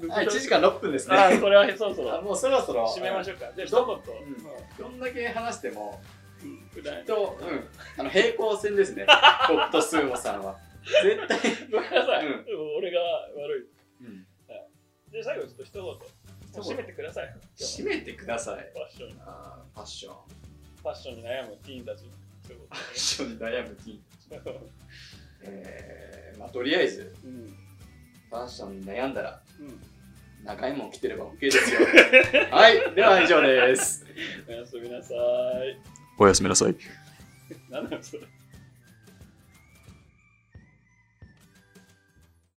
う、はい、1時間6分ですね。
ああこれはそろそ
あ
ろ
もうそろそろ、
締めましょうかじゃあ一言、
うんどんだけ話しても、
うん普
き
段
っと、うん、あの平行線 ですね、僕とスーモさんは。絶対、
ごめんなさい、
うん
でも俺が悪い
うん、
じゃあ最後ちょっと一言もう締めてください
締めてください。
ファッション
あーファッション、フ
ファッションに悩むティーンたちに一
ァッションに悩むティーン。
言
えー、まあ、とりあえず、
うん
ファッションに悩んだら、
うん
長いもん着てれば OK です よ。はい、では以上です。
おやすみなさい。
おやすみなさい。
なんだそれ。